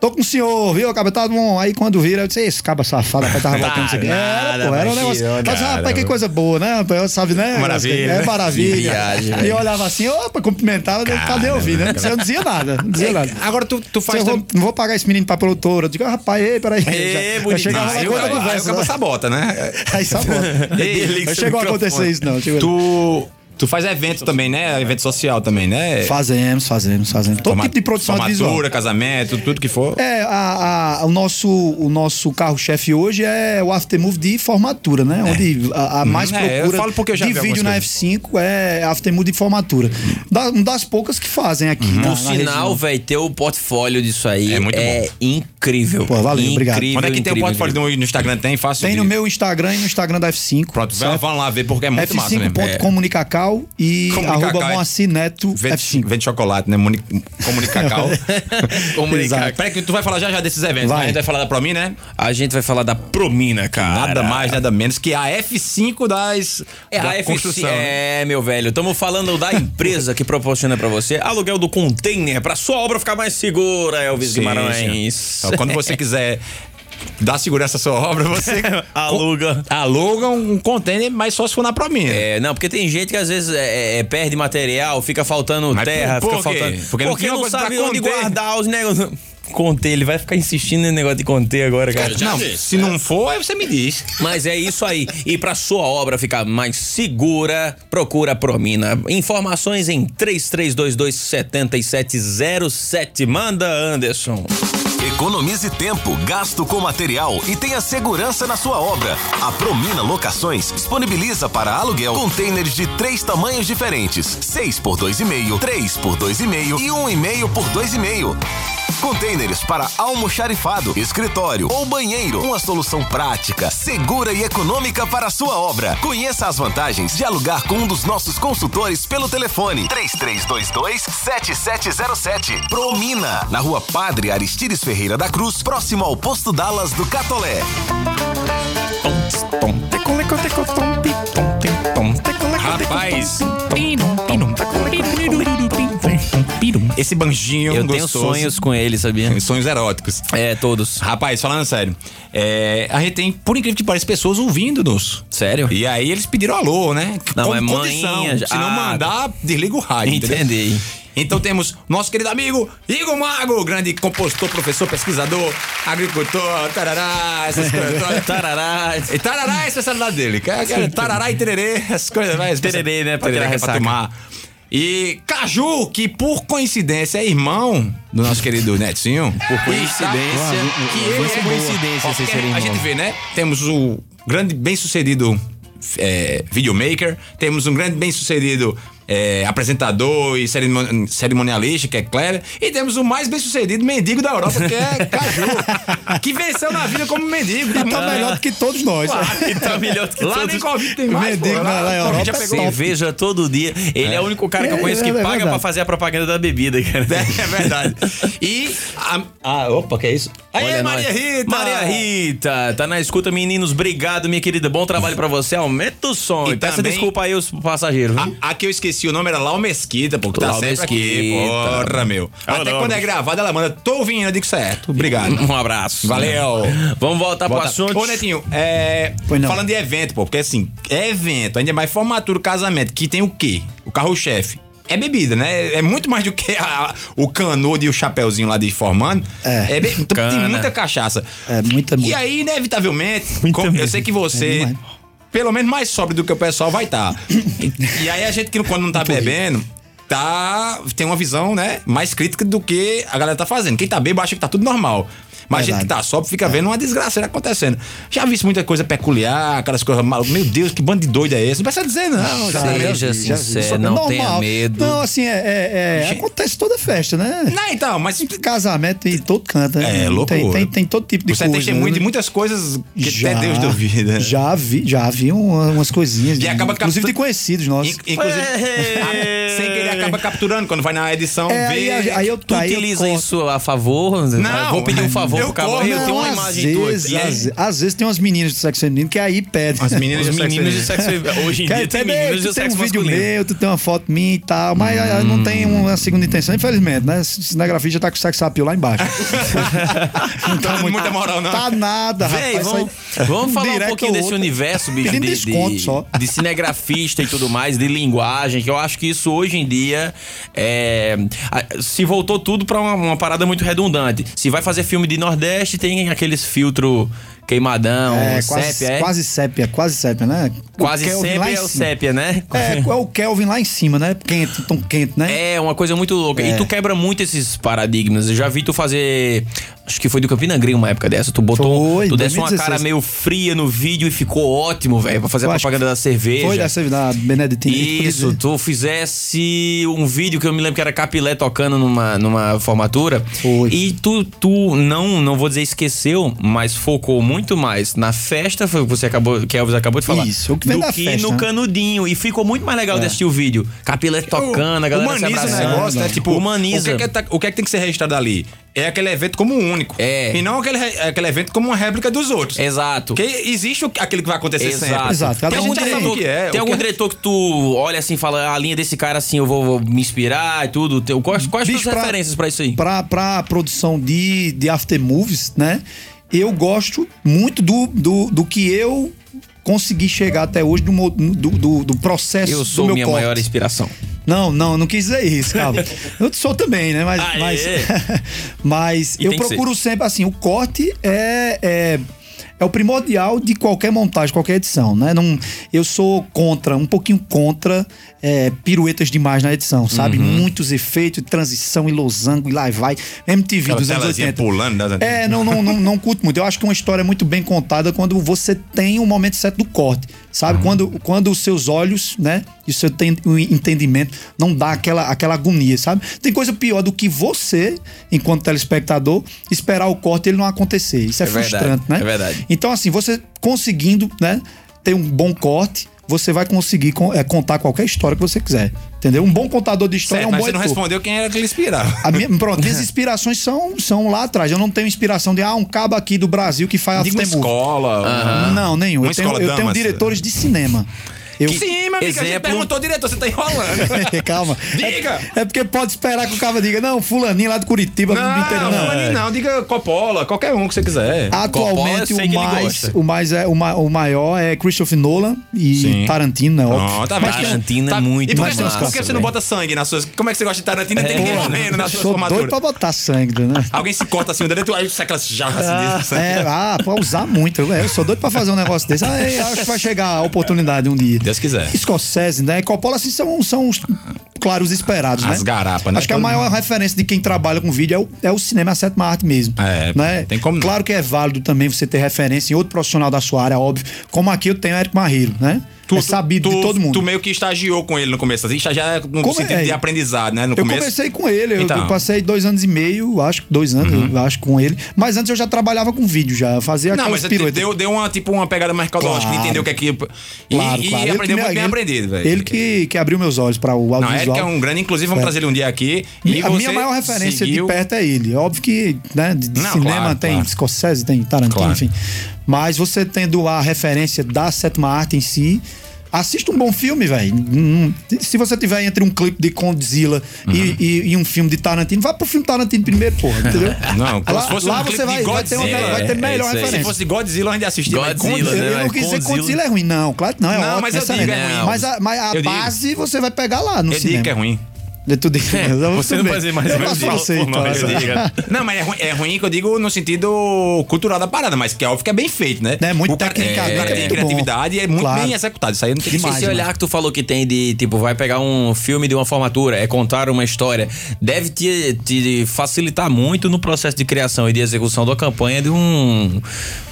Speaker 8: Tô com o senhor, viu? Cabo tá bom. Aí quando vira, eu disse, esse cabo safado, rapaz, tava voltando isso aqui. Era, pô, era um negócio. Mas, rapaz, que coisa boa, né? rapaz? Sabe, né?
Speaker 3: Maravilha,
Speaker 8: É
Speaker 3: né?
Speaker 8: maravilha.
Speaker 4: Que viagem,
Speaker 8: e
Speaker 4: velho.
Speaker 8: eu olhava assim, opa, cumprimentava, cadê eu vi, né? Eu não dizia nada, não dizia nada.
Speaker 3: Agora tu, tu
Speaker 8: Se
Speaker 3: faz...
Speaker 8: eu vou- não vou pagar esse menino pra produtora. Eu digo, ah, rapaz, ei,
Speaker 4: Ei,
Speaker 8: peraí. já, já
Speaker 4: bonitinho.
Speaker 8: chegava
Speaker 4: Ah,
Speaker 8: lá
Speaker 3: Aí
Speaker 8: com
Speaker 3: o
Speaker 8: outra
Speaker 3: cara- aí o
Speaker 8: conversa.
Speaker 3: cara
Speaker 8: né?
Speaker 3: sabota, né?
Speaker 8: Aí sabota.
Speaker 4: Ei, liga
Speaker 8: Não
Speaker 4: seu
Speaker 8: chegou a acontecer
Speaker 4: microfone.
Speaker 8: isso, não. chegou-
Speaker 3: Tu, tu faz evento também, né? Evento social também, né?
Speaker 8: Fazemos, fazemos, fazemos. Todo
Speaker 3: Forma-
Speaker 8: tipo de produção audiovisual.
Speaker 3: formatura, casamento, tudo que for.
Speaker 8: É, a- a- o nosso, o nosso carro-chefe hoje é o aftermove de formatura, né? Onde a, a mais
Speaker 3: É, eu
Speaker 8: procura
Speaker 3: falo porque eu já
Speaker 8: de
Speaker 3: vi
Speaker 8: vídeo na
Speaker 3: algumas
Speaker 8: F5 é aftermove de formatura. Da- uma das poucas que fazem aqui.
Speaker 3: Uhum.
Speaker 8: na- na
Speaker 4: Por sinal,
Speaker 8: região.
Speaker 4: velho, ter o portfólio disso aí
Speaker 3: É muito bom.
Speaker 4: incrível.
Speaker 8: Pô, valeu, obrigado.
Speaker 4: Incrível,
Speaker 3: Onde é que tem o
Speaker 4: incrível,
Speaker 3: portfólio no no Instagram? Tem? Fácil.
Speaker 8: Tem no
Speaker 3: de-
Speaker 8: meu Instagram e no Instagram da F5.
Speaker 3: Pronto, vai,
Speaker 8: certo?
Speaker 3: vão lá ver porque é muito massa mesmo. É.
Speaker 8: F5.comunicacau e
Speaker 3: Comunicacau
Speaker 8: arroba
Speaker 3: é-
Speaker 8: Moacir Neto
Speaker 3: Vende,
Speaker 8: F5.
Speaker 3: vende chocolate, né? Muni- Comunicacau.
Speaker 4: Comunicar.
Speaker 8: Exato.
Speaker 3: Peraí, que tu vai falar já já desses eventos.
Speaker 8: Vai.
Speaker 3: né? A gente vai falar da Promi, né?
Speaker 4: A gente vai falar da Promina, cara.
Speaker 3: Nada mais, nada menos que a F5 das.
Speaker 4: É
Speaker 3: da
Speaker 4: a FC,
Speaker 3: construção. né?
Speaker 4: é, meu velho, estamos falando da empresa que proporciona pra você aluguel do container pra sua obra ficar mais segura, Elvis
Speaker 3: Sim,
Speaker 4: Guimarães.
Speaker 3: sim. Então, quando você quiser dar segurança à sua obra, você
Speaker 4: Aluga.
Speaker 3: aluga um container, mas só se for na Promi. né?
Speaker 4: É, não, porque tem gente que às vezes é, é, perde material, fica faltando
Speaker 3: Mas
Speaker 4: terra,
Speaker 3: por- por
Speaker 4: fica
Speaker 3: quê?
Speaker 4: faltando.
Speaker 3: Porque não tinha uma coisa pra
Speaker 4: sabe onde
Speaker 3: conter.
Speaker 4: guardar os negócios. Conter, ele vai ficar insistindo nesse negócio de conter agora, cara.
Speaker 3: Não, se não for, aí você me diz.
Speaker 4: Mas é isso aí. E pra sua obra ficar mais segura, procura a Promina. Informações em 33227707. Manda, Anderson.
Speaker 6: Economize tempo, gasto com material e tenha segurança na sua obra. A Promina Locações disponibiliza para aluguel containers de três tamanhos diferentes: 6 por 2,5, 3 por 2,5 e 1,5 por 2,5. Containers para almoxarifado, escritório ou banheiro. Uma solução prática, segura e econômica para a sua obra. Conheça as vantagens de alugar com um dos nossos consultores pelo telefone 3322-7707. Promina, na rua Padre Aristides Ferreira da Cruz, próximo ao posto Dallas do Catolé.
Speaker 3: Rapaz, esse banjinho
Speaker 4: Eu tenho
Speaker 3: gostoso.
Speaker 4: sonhos com ele, sabia?
Speaker 3: Sonhos eróticos.
Speaker 4: É, todos.
Speaker 3: Rapaz, falando sério, é, a gente tem, por incrível que pareça, pessoas ouvindo-nos.
Speaker 4: Sério?
Speaker 3: E aí eles pediram alô, né?
Speaker 4: Não,
Speaker 3: Com
Speaker 4: é
Speaker 3: condição.
Speaker 4: manhinha.
Speaker 3: Se não
Speaker 4: Ah,
Speaker 3: mandar, desliga o rádio. entendeu?
Speaker 4: Entendi.
Speaker 3: Então temos nosso querido amigo Igor Mago, grande compositor, professor, pesquisador, agricultor, tarará, essas coisas. todas.
Speaker 4: Tarará.
Speaker 3: E tarará é a especialidade dele. que é aquele Tarará e tererê, as coisas mais.
Speaker 4: Tererê, né?
Speaker 3: Pra tereré,
Speaker 4: Pra tirar
Speaker 3: pra
Speaker 4: ressaca.
Speaker 3: tomar. E Caju, que por coincidência é irmão do nosso querido Netinho. Por
Speaker 4: coincidência.
Speaker 3: Que ele é Ó,
Speaker 4: coincidência esse
Speaker 3: porque
Speaker 4: ser
Speaker 3: A
Speaker 4: irmão.
Speaker 3: gente vê, né? Temos o grande bem-sucedido é, videomaker, temos um grande bem-sucedido é, apresentador e cerimon- cerimonialista, que é Kleber, e temos o mais bem-sucedido mendigo da Europa, que é Caju, que venceu na vida como mendigo. Tá
Speaker 8: Tá melhor do que todos nós.
Speaker 4: Tá melhor do que
Speaker 3: Lá
Speaker 4: todos.
Speaker 3: nem Covid tem mais,
Speaker 8: Mendigo
Speaker 3: pô.
Speaker 8: na- na
Speaker 3: Covid
Speaker 8: Europa
Speaker 3: já
Speaker 8: é
Speaker 3: pegou.
Speaker 4: Cerveja todo dia. Ele é, o único cara que eu
Speaker 8: É,
Speaker 4: conheço
Speaker 8: é
Speaker 4: que paga
Speaker 8: verdade.
Speaker 4: pra fazer a propaganda da bebida, cara.
Speaker 3: É verdade. E a,
Speaker 4: Ah, opa, que é isso?
Speaker 3: Aê,
Speaker 4: Olha
Speaker 3: Maria
Speaker 4: nós.
Speaker 3: Rita!
Speaker 4: Maria Rita! Tá na escuta, meninos. Obrigado, minha querida. Bom trabalho pra você. Aumenta o som.
Speaker 3: E
Speaker 4: E, peça
Speaker 3: também-
Speaker 4: desculpa aí os passageiros. viu?
Speaker 3: A, a que eu esqueci o nome era Lau Mesquita, pô, que tá
Speaker 4: Lau
Speaker 3: sempre aqui.
Speaker 4: Mesquita. Ah,
Speaker 3: Porra, meu. Até
Speaker 4: não.
Speaker 3: quando é gravada, ela manda, tô ouvindo, eu digo certo. Obrigado.
Speaker 4: Um abraço.
Speaker 3: Ah. Valeu.
Speaker 4: Vamos voltar
Speaker 3: Bota-
Speaker 4: pro assunto.
Speaker 3: Ô, Netinho, é,
Speaker 8: Pois não.
Speaker 3: falando de evento, pô, porque assim, é evento, ainda mais formatura, casamento, que tem o quê? O carro-chefe. É bebida, né? É muito mais do que a- o canudo e o chapéuzinho lá de formando.
Speaker 8: É.
Speaker 3: be- então Tem
Speaker 4: Cana.
Speaker 3: muita cachaça.
Speaker 8: É, muita,
Speaker 3: E
Speaker 8: muita.
Speaker 3: aí, inevitavelmente, como- eu sei que você,
Speaker 8: É demais.
Speaker 3: pelo menos mais sóbrio do que o pessoal, vai estar. e aí, a gente que quando não tá bebendo, tá. tem uma visão, né? Mais crítica do que a galera tá fazendo. Quem tá bêbado acha que tá tudo normal. Mas a gente que
Speaker 8: Verdade.
Speaker 3: tá
Speaker 8: É.
Speaker 3: sóbrio fica vendo uma desgraça acontecendo. Já vi muita coisa peculiar, aquelas coisas malucas. Meu Deus, que bando de doido é esse? Não precisa dizer, não. já tá vendo.
Speaker 4: Seja
Speaker 8: Já vi,
Speaker 4: sincero,
Speaker 8: só que é
Speaker 4: não
Speaker 8: normal.
Speaker 4: tenha medo.
Speaker 8: Não, assim, é, é- é- acontece toda festa, né?
Speaker 3: Não, então, mas.
Speaker 8: Casamento em todo canto, né?
Speaker 3: É, loucura.
Speaker 8: Tem, tem, tem todo tipo de
Speaker 3: Você é
Speaker 8: coisa.
Speaker 3: testemunho
Speaker 8: né?
Speaker 3: de muitas coisas que até Deus duvida.
Speaker 8: Já vi, já vi uma- umas coisinhas.
Speaker 3: E acaba
Speaker 8: inclusive
Speaker 3: captu-
Speaker 4: tá
Speaker 8: de conhecidos nossos.
Speaker 3: In- Inclusive, sem que ele acaba capturando quando vai na edição,
Speaker 8: É,
Speaker 3: vê.
Speaker 8: aí, aí eu
Speaker 4: Tu
Speaker 8: aí eu
Speaker 4: utiliza
Speaker 8: corto.
Speaker 4: isso a favor?
Speaker 3: Não,
Speaker 4: Vou pedir um favor
Speaker 3: eu
Speaker 4: pro cabelo.
Speaker 3: corto.
Speaker 4: Eu tenho uma
Speaker 8: Não,
Speaker 4: imagem
Speaker 8: às
Speaker 4: tua.
Speaker 8: vezes,
Speaker 4: E aí,
Speaker 8: às, às vezes tem umas meninas do sexo feminino que aí pedem.
Speaker 3: As meninas
Speaker 4: Os
Speaker 3: de sexo
Speaker 4: meninos de
Speaker 3: feminino.
Speaker 4: sexo Hoje em dia
Speaker 8: Quer
Speaker 4: tem
Speaker 8: tem
Speaker 4: meninos de
Speaker 8: tu tem um
Speaker 4: sexo
Speaker 8: vídeo
Speaker 4: masculino. Hum.
Speaker 8: meu, tu tem uma foto minha e tal, mas ah, não tem uma segunda intenção, infelizmente, né? Esse Cinegrafia já tá com o sexo appeal lá embaixo. não
Speaker 3: dando muita moral, não.
Speaker 8: Tá nada,
Speaker 4: Véi,
Speaker 8: rapaz.
Speaker 4: vamos,
Speaker 8: isso aí-
Speaker 4: vamos falar um
Speaker 8: Direto
Speaker 4: pouquinho
Speaker 8: ao
Speaker 4: desse
Speaker 8: outro.
Speaker 4: universo, bicho.
Speaker 8: Pedindo
Speaker 4: de,
Speaker 8: desconto
Speaker 4: de-
Speaker 8: só.
Speaker 4: de cinegrafista e tudo mais, de linguagem, que eu acho que isso hoje em dia é, a- se voltou tudo pra uma, uma parada muito redundante. Se vai fazer filme de Nordeste, tem aqueles filtro queimadão,
Speaker 8: É, quase,
Speaker 4: sépia, é?
Speaker 8: quase sépia, quase sépia, né? O
Speaker 4: Quase
Speaker 8: Kelvin lá
Speaker 4: sempre
Speaker 8: em
Speaker 4: é o
Speaker 8: cima.
Speaker 4: sépia, né?
Speaker 8: É, é o Kelvin lá em cima, né? Quente, tão quente, né?
Speaker 4: É, uma coisa muito louca. E
Speaker 8: É.
Speaker 4: tu quebra muito esses paradigmas. Eu já vi tu fazer. Acho que foi do Campina Green uma época dessa. Tu botou.
Speaker 8: Foi,
Speaker 4: tu desse uma
Speaker 8: 2016.
Speaker 4: cara meio fria no vídeo e ficou ótimo, velho, pra fazer a
Speaker 8: Eu acho
Speaker 4: propaganda
Speaker 8: que
Speaker 4: da cerveja.
Speaker 8: Foi dessa da Beneditina.
Speaker 4: Isso, tu fizesse um vídeo que eu me lembro que era Capilé tocando numa, numa formatura.
Speaker 8: Foi.
Speaker 4: E tu, tu não, não vou dizer esqueceu, mas focou muito mais na festa, foi o que você acabou, que Elvis acabou de falar.
Speaker 8: Isso, o que vem
Speaker 4: do
Speaker 8: da
Speaker 4: que
Speaker 8: festa,
Speaker 4: no
Speaker 8: né?
Speaker 4: canudinho. E ficou muito mais legal de assistir o vídeo. Capilé tocando, a galera se
Speaker 3: humaniza o
Speaker 4: abraçando.
Speaker 3: negócio, né? Tipo,
Speaker 4: humaniza.
Speaker 3: O que, é que tá- o que é que tem que ser registrado ali? É aquele evento como único.
Speaker 4: É.
Speaker 3: E não aquele, re- aquele evento como uma réplica dos outros.
Speaker 4: Exato.
Speaker 3: Porque existe o- aquele que vai acontecer sempre.
Speaker 8: Exato, cada
Speaker 4: Tem
Speaker 8: um
Speaker 4: algum,
Speaker 8: tem o
Speaker 4: diretor,
Speaker 3: que é,
Speaker 4: tem
Speaker 3: o
Speaker 4: algum
Speaker 3: que-
Speaker 4: diretor que tu olha assim e fala, "Ah, a linha desse cara assim, eu vou, vou me inspirar e tudo. Teu- Quais, quais as
Speaker 8: Bicho,
Speaker 4: tuas
Speaker 8: pra-
Speaker 4: referências pra isso aí?
Speaker 8: Pra, pra produção de, de after movies, né? Eu gosto muito do, do, do que eu consegui chegar até hoje do, mo- do, do, do processo
Speaker 4: Eu sou
Speaker 8: do meu
Speaker 4: minha
Speaker 8: corte.
Speaker 4: maior inspiração.
Speaker 8: Não, não, não quis dizer isso, calma. Eu sou também, né? Mas,
Speaker 4: Ah,
Speaker 8: mas,
Speaker 4: é?
Speaker 8: mas
Speaker 4: E
Speaker 8: eu
Speaker 4: tem que
Speaker 8: procuro sempre assim, o corte é, é é o primordial de qualquer montagem, qualquer edição, né? Não, eu sou contra, um pouquinho contra é, piruetas demais na edição,
Speaker 4: Uhum.
Speaker 8: sabe? Muitos efeitos, transição e losango e lá vai. MTV
Speaker 3: Aquela
Speaker 8: dos anos
Speaker 3: telazinha
Speaker 8: 80.
Speaker 3: pulando
Speaker 4: né,
Speaker 3: das antigas.
Speaker 8: É, não, não, não, não curto muito. Eu acho que uma história é muito bem contada quando você tem o momento certo do corte, sabe? Quando, quando os seus olhos, né, e o seu ten- o entendimento não dá aquela, aquela agonia, sabe? Tem coisa pior do que você, enquanto telespectador, esperar o corte e ele não acontecer. Isso é,
Speaker 4: É verdade,
Speaker 8: frustrante, né?
Speaker 4: é verdade.
Speaker 8: Então, assim, você conseguindo, né, ter um bom corte, você vai conseguir con- é, contar qualquer história que você quiser, entendeu? Um bom contador de história
Speaker 3: Certo,
Speaker 8: é um
Speaker 3: mas
Speaker 8: Ah, bom
Speaker 3: você não
Speaker 8: ator.
Speaker 3: respondeu quem era que ele inspirava.
Speaker 8: A minha, pronto,
Speaker 3: É.
Speaker 8: minhas inspirações são, são lá atrás. Eu não tenho inspiração de, ah, um cabo aqui do Brasil que faz
Speaker 3: Diga uma
Speaker 8: aftermovie.
Speaker 3: escola.
Speaker 8: Não, nenhum.
Speaker 3: Uma
Speaker 8: Eu tenho,
Speaker 3: escola
Speaker 8: eu tenho
Speaker 3: dama,
Speaker 8: diretores de cinema. Eu... É,
Speaker 3: Sim, meu amigo, a gente
Speaker 4: Exemplo.
Speaker 3: perguntou diretor, você tá enrolando.
Speaker 8: Calma.
Speaker 3: Diga!
Speaker 8: É, é porque pode esperar que o cara diga, não, fulaninho lá de Curitiba, não, me
Speaker 3: Não,
Speaker 8: interessa. Ah, tá.
Speaker 3: não, não, não, diga Coppola, qualquer um que você quiser.
Speaker 4: Coppola,
Speaker 8: Atualmente,
Speaker 4: eu sei
Speaker 8: o
Speaker 4: que ele
Speaker 8: mais,
Speaker 4: gosta.
Speaker 8: o, mais é, o, ma- o maior é Christopher Nolan e
Speaker 3: Sim.
Speaker 8: Tarantino, né? óbvio.
Speaker 3: Não, tá
Speaker 4: Mas
Speaker 3: vendo?
Speaker 4: Tarantino é
Speaker 3: Tá-
Speaker 4: muito
Speaker 3: E por que
Speaker 4: mais
Speaker 3: você- por
Speaker 4: massa,
Speaker 3: que você
Speaker 4: velho. É.
Speaker 3: não bota sangue nas suas. Como é que você gosta de Tarantino? Tem ninguém morrendo nas suas
Speaker 8: Sou doido pra
Speaker 3: formaturas.
Speaker 8: botar sangue, né?
Speaker 3: Alguém se corta assim, o dedo, aí sai aquelas jarras assim de sangue.
Speaker 8: É, ah, pra usar muito. Eu, eu sou doido pra fazer um negócio desse. Ah, eu acho que vai chegar a oportunidade um dia.
Speaker 3: Deus quiser.
Speaker 8: Scorsese, né? E Coppola, assim, são, são os, claro, os esperados, né?
Speaker 3: As garapas, né?
Speaker 8: Acho que a maior referência de quem trabalha com vídeo é o, é o cinema, é a sétima arte mesmo.
Speaker 3: É,
Speaker 8: né?
Speaker 3: tem como não.
Speaker 8: Claro que é válido também você ter referência em outro profissional da sua área, óbvio. Como aqui eu tenho Eric Marrillo, né? é sabido
Speaker 3: tu-
Speaker 8: de todo mundo.
Speaker 3: Tu meio que estagiou com ele no começo, assim, estagiar no
Speaker 8: Como
Speaker 3: sentido
Speaker 8: é?
Speaker 3: de aprendizado, né? No
Speaker 8: Eu
Speaker 3: começo.
Speaker 8: comecei com ele, eu-
Speaker 3: Então. Uhum.
Speaker 8: eu, passei dois anos e meio, acho que dois anos, eu acho, com ele. Mas antes eu já trabalhava com vídeo, já fazia
Speaker 3: Não,
Speaker 8: aquelas
Speaker 3: mas você
Speaker 8: piruetas.
Speaker 3: deu, deu uma, tipo, uma pegada mais cautelógica,
Speaker 8: Claro.
Speaker 3: entendeu o que é que. E,
Speaker 8: Claro,
Speaker 3: e
Speaker 8: claro. Ele
Speaker 3: aprendeu
Speaker 8: que
Speaker 3: muito
Speaker 8: me-
Speaker 3: bem
Speaker 8: ele-
Speaker 3: aprendido, velho.
Speaker 8: Ele que, que abriu meus olhos para o
Speaker 3: Não, Eric
Speaker 8: audiovisual.
Speaker 3: é um grande, inclusive, vamos
Speaker 8: É.
Speaker 3: trazer ele um dia aqui. E
Speaker 8: a minha
Speaker 3: você
Speaker 8: maior referência
Speaker 3: seguiu-
Speaker 8: de perto é ele. Óbvio que né, de, de
Speaker 3: Não,
Speaker 8: cinema
Speaker 3: claro,
Speaker 8: tem
Speaker 3: claro.
Speaker 8: Scorsese, tem Tarantino,
Speaker 3: Claro.
Speaker 8: enfim. Mas você tendo a referência da sétima arte em si, assista um bom filme, velho. Hum, Se você tiver entre um clipe de Condzilla
Speaker 3: Uhum.
Speaker 8: e, e- e um filme de Tarantino, vá pro filme Tarantino primeiro, porra, entendeu?
Speaker 3: Não, como
Speaker 8: lá,
Speaker 3: se fosse um
Speaker 8: lá
Speaker 3: clipe
Speaker 8: você
Speaker 3: de
Speaker 8: vai, vai ter, uma-
Speaker 3: Godzilla.
Speaker 8: vai ter
Speaker 4: É,
Speaker 8: melhor
Speaker 4: isso aí.
Speaker 8: referência.
Speaker 3: Se fosse Godzilla, a gente assistia. mas
Speaker 4: Godzilla,
Speaker 3: Godzilla,
Speaker 4: né?
Speaker 8: Eu
Speaker 4: velho?
Speaker 8: não quis dizer que
Speaker 4: Godzilla.
Speaker 8: Godzilla é ruim, não. Claro que não, é
Speaker 3: Não,
Speaker 8: ótimo.
Speaker 3: mas eu
Speaker 8: excelente.
Speaker 3: digo, é ruim.
Speaker 8: Mas a, mas a
Speaker 3: Eu digo.
Speaker 8: base você vai pegar lá no
Speaker 3: Eu digo
Speaker 8: cinema.
Speaker 3: que é ruim.
Speaker 8: Lê tudo em inglês. Eu-
Speaker 4: você
Speaker 8: tudo
Speaker 4: não
Speaker 8: bem.
Speaker 4: fazia mais ou
Speaker 8: Eu
Speaker 4: menos
Speaker 8: faço
Speaker 4: o-
Speaker 8: francês,
Speaker 4: o nome,
Speaker 8: então,
Speaker 4: eu
Speaker 8: assim.
Speaker 4: digo.
Speaker 3: Não, mas é ruim, é ruim que eu digo no sentido cultural da parada, mas que é óbvio que é bem feito, né?
Speaker 8: Né, muito
Speaker 3: O cara-
Speaker 8: técnica,
Speaker 3: é, o cara
Speaker 8: é
Speaker 3: tem
Speaker 8: muito bom.
Speaker 3: criatividade e é muito
Speaker 8: Claro.
Speaker 3: bem executado. Isso aí não tem
Speaker 4: E
Speaker 8: Demais, né?
Speaker 4: se olhar que tu falou que tem de, tipo, vai pegar um filme de uma formatura, é contar uma história, deve te, te facilitar muito no processo de criação e de execução da campanha de um,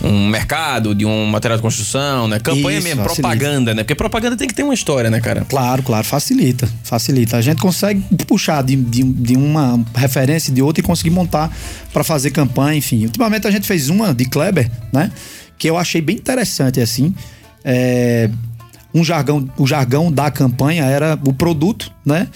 Speaker 4: um mercado, de um material de construção, né? Campanha
Speaker 8: Isso,
Speaker 4: mesmo,
Speaker 8: facilita.
Speaker 4: propaganda, né? Porque propaganda tem que ter uma história, né, cara?
Speaker 8: É, Claro, claro, facilita, facilita. A gente consegue puxar de, de, de uma referência e de outra e conseguir montar pra fazer campanha, enfim. Ultimamente a gente fez uma de Kleber, né? Que eu achei bem interessante, assim. É, um jargão, o jargão da campanha era o produto, né?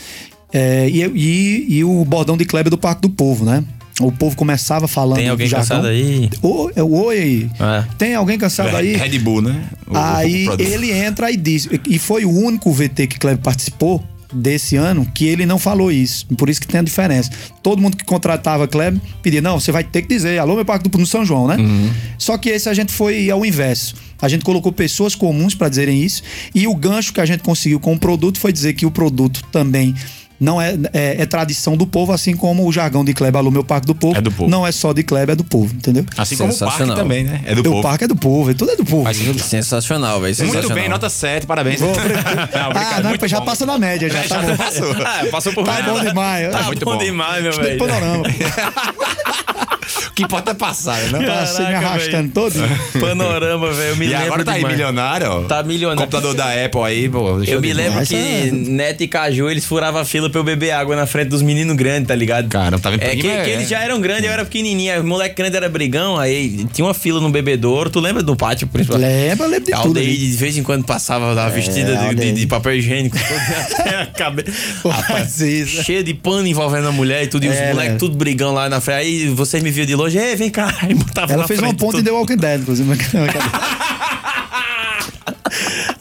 Speaker 8: É, e, e- e o bordão de Kleber do Parque do Povo, né? O povo começava falando
Speaker 4: Tem alguém
Speaker 8: do jargão.
Speaker 4: cansado aí?
Speaker 8: Oi, oi.
Speaker 4: É.
Speaker 8: Tem alguém cansado aí?
Speaker 3: Red Bull, né? O- o
Speaker 8: Aí
Speaker 3: produto.
Speaker 8: ele entra e diz. E foi o único VT que Kleber participou desse ano que ele não falou isso. Por isso que tem a diferença. Todo mundo que contratava Kleber pedia: não, você vai ter que dizer, alô, meu Parque do Povo", no São João, né?
Speaker 3: Uhum.
Speaker 8: Só que esse a gente foi ao inverso. A gente colocou pessoas comuns pra dizerem isso. E o gancho que a gente conseguiu com o produto foi dizer que o produto também. Não é, é, é tradição do povo, assim como o jargão de Kleber, alô, meu Parque do Povo.
Speaker 3: É do povo.
Speaker 8: Não é só de Kleber, é do povo, entendeu?
Speaker 3: Assim como o parque
Speaker 4: Sensacional.
Speaker 3: também, né? É do
Speaker 8: o
Speaker 3: povo.
Speaker 8: parque é do povo, é tudo é do povo.
Speaker 4: Sensacional, velho.
Speaker 3: Muito
Speaker 4: sensacional.
Speaker 3: bem, nota 7, parabéns.
Speaker 8: Bom, obrigado.
Speaker 3: Não,
Speaker 8: ah,
Speaker 3: obrigado,
Speaker 8: não,
Speaker 3: muito
Speaker 8: já
Speaker 3: bom.
Speaker 8: passa da média, já tá bom.
Speaker 3: Passou. né?
Speaker 4: Ah, passou por
Speaker 8: Tá
Speaker 4: baixo.
Speaker 8: bom
Speaker 4: Tá
Speaker 8: demais. Tá
Speaker 4: muito
Speaker 3: muito
Speaker 4: bom,
Speaker 3: bom.
Speaker 4: demais, meu
Speaker 8: Estudei
Speaker 4: velho.
Speaker 8: panorama.
Speaker 3: O que importa é passar, né?
Speaker 8: Passei tá me
Speaker 4: Caraca, Tá
Speaker 8: arrastando todo.
Speaker 4: Panorama, velho. eu me
Speaker 3: E
Speaker 4: lembro
Speaker 3: agora tá aí,
Speaker 4: demais.
Speaker 3: milionário, ó.
Speaker 4: Tá milionário.
Speaker 3: Computador da Apple aí, pô. deixa
Speaker 4: Eu me
Speaker 3: dizer.
Speaker 4: lembro
Speaker 8: Mas
Speaker 4: que
Speaker 8: é-
Speaker 4: Neto e Caju, eles furavam a fila pra eu beber água na frente dos meninos grandes, tá ligado?
Speaker 3: Cara, tá vendo?
Speaker 4: É que,
Speaker 3: Prima,
Speaker 4: que
Speaker 3: é.
Speaker 4: eles já eram grandes, eu era pequenininha. O moleque grande era brigão, aí tinha uma fila no bebedouro. Tu lembra do pátio principal?
Speaker 8: Lembra, lembra de
Speaker 4: A
Speaker 8: tudo. É,
Speaker 4: Aldeide
Speaker 8: ali.
Speaker 4: de vez em quando passava lá vestida de- de,
Speaker 8: Aldeide.
Speaker 4: de papel higiênico. até a cabeça. Rapaz,
Speaker 8: Faz isso.
Speaker 4: cheia de pano envolvendo a mulher e tudo. E os
Speaker 8: É,
Speaker 4: moleques
Speaker 8: né?
Speaker 4: tudo brigão lá na frente. Aí vocês me viam de longe, ei, vem cá. E botava
Speaker 8: Ela
Speaker 4: na
Speaker 8: fez
Speaker 4: frente
Speaker 8: uma ponte
Speaker 4: tudo.
Speaker 8: e deu Walking Dead, inclusive.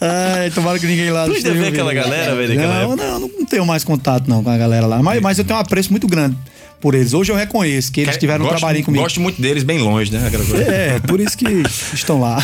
Speaker 8: Ai, tomara que ninguém lá.
Speaker 4: Tu ainda
Speaker 8: esteja
Speaker 4: vê aquela
Speaker 8: ouvindo.
Speaker 4: galera, velho, aquela
Speaker 8: Não, não, não tenho mais contato não com a galera lá. Mas, mas eu tenho um apreço muito grande por eles. Hoje eu reconheço que eles tiveram um
Speaker 3: Gosto-
Speaker 8: trabalhinho comigo.
Speaker 3: Gosto muito deles, bem longe, né? Aquela coisa.
Speaker 8: É, por isso que estão lá.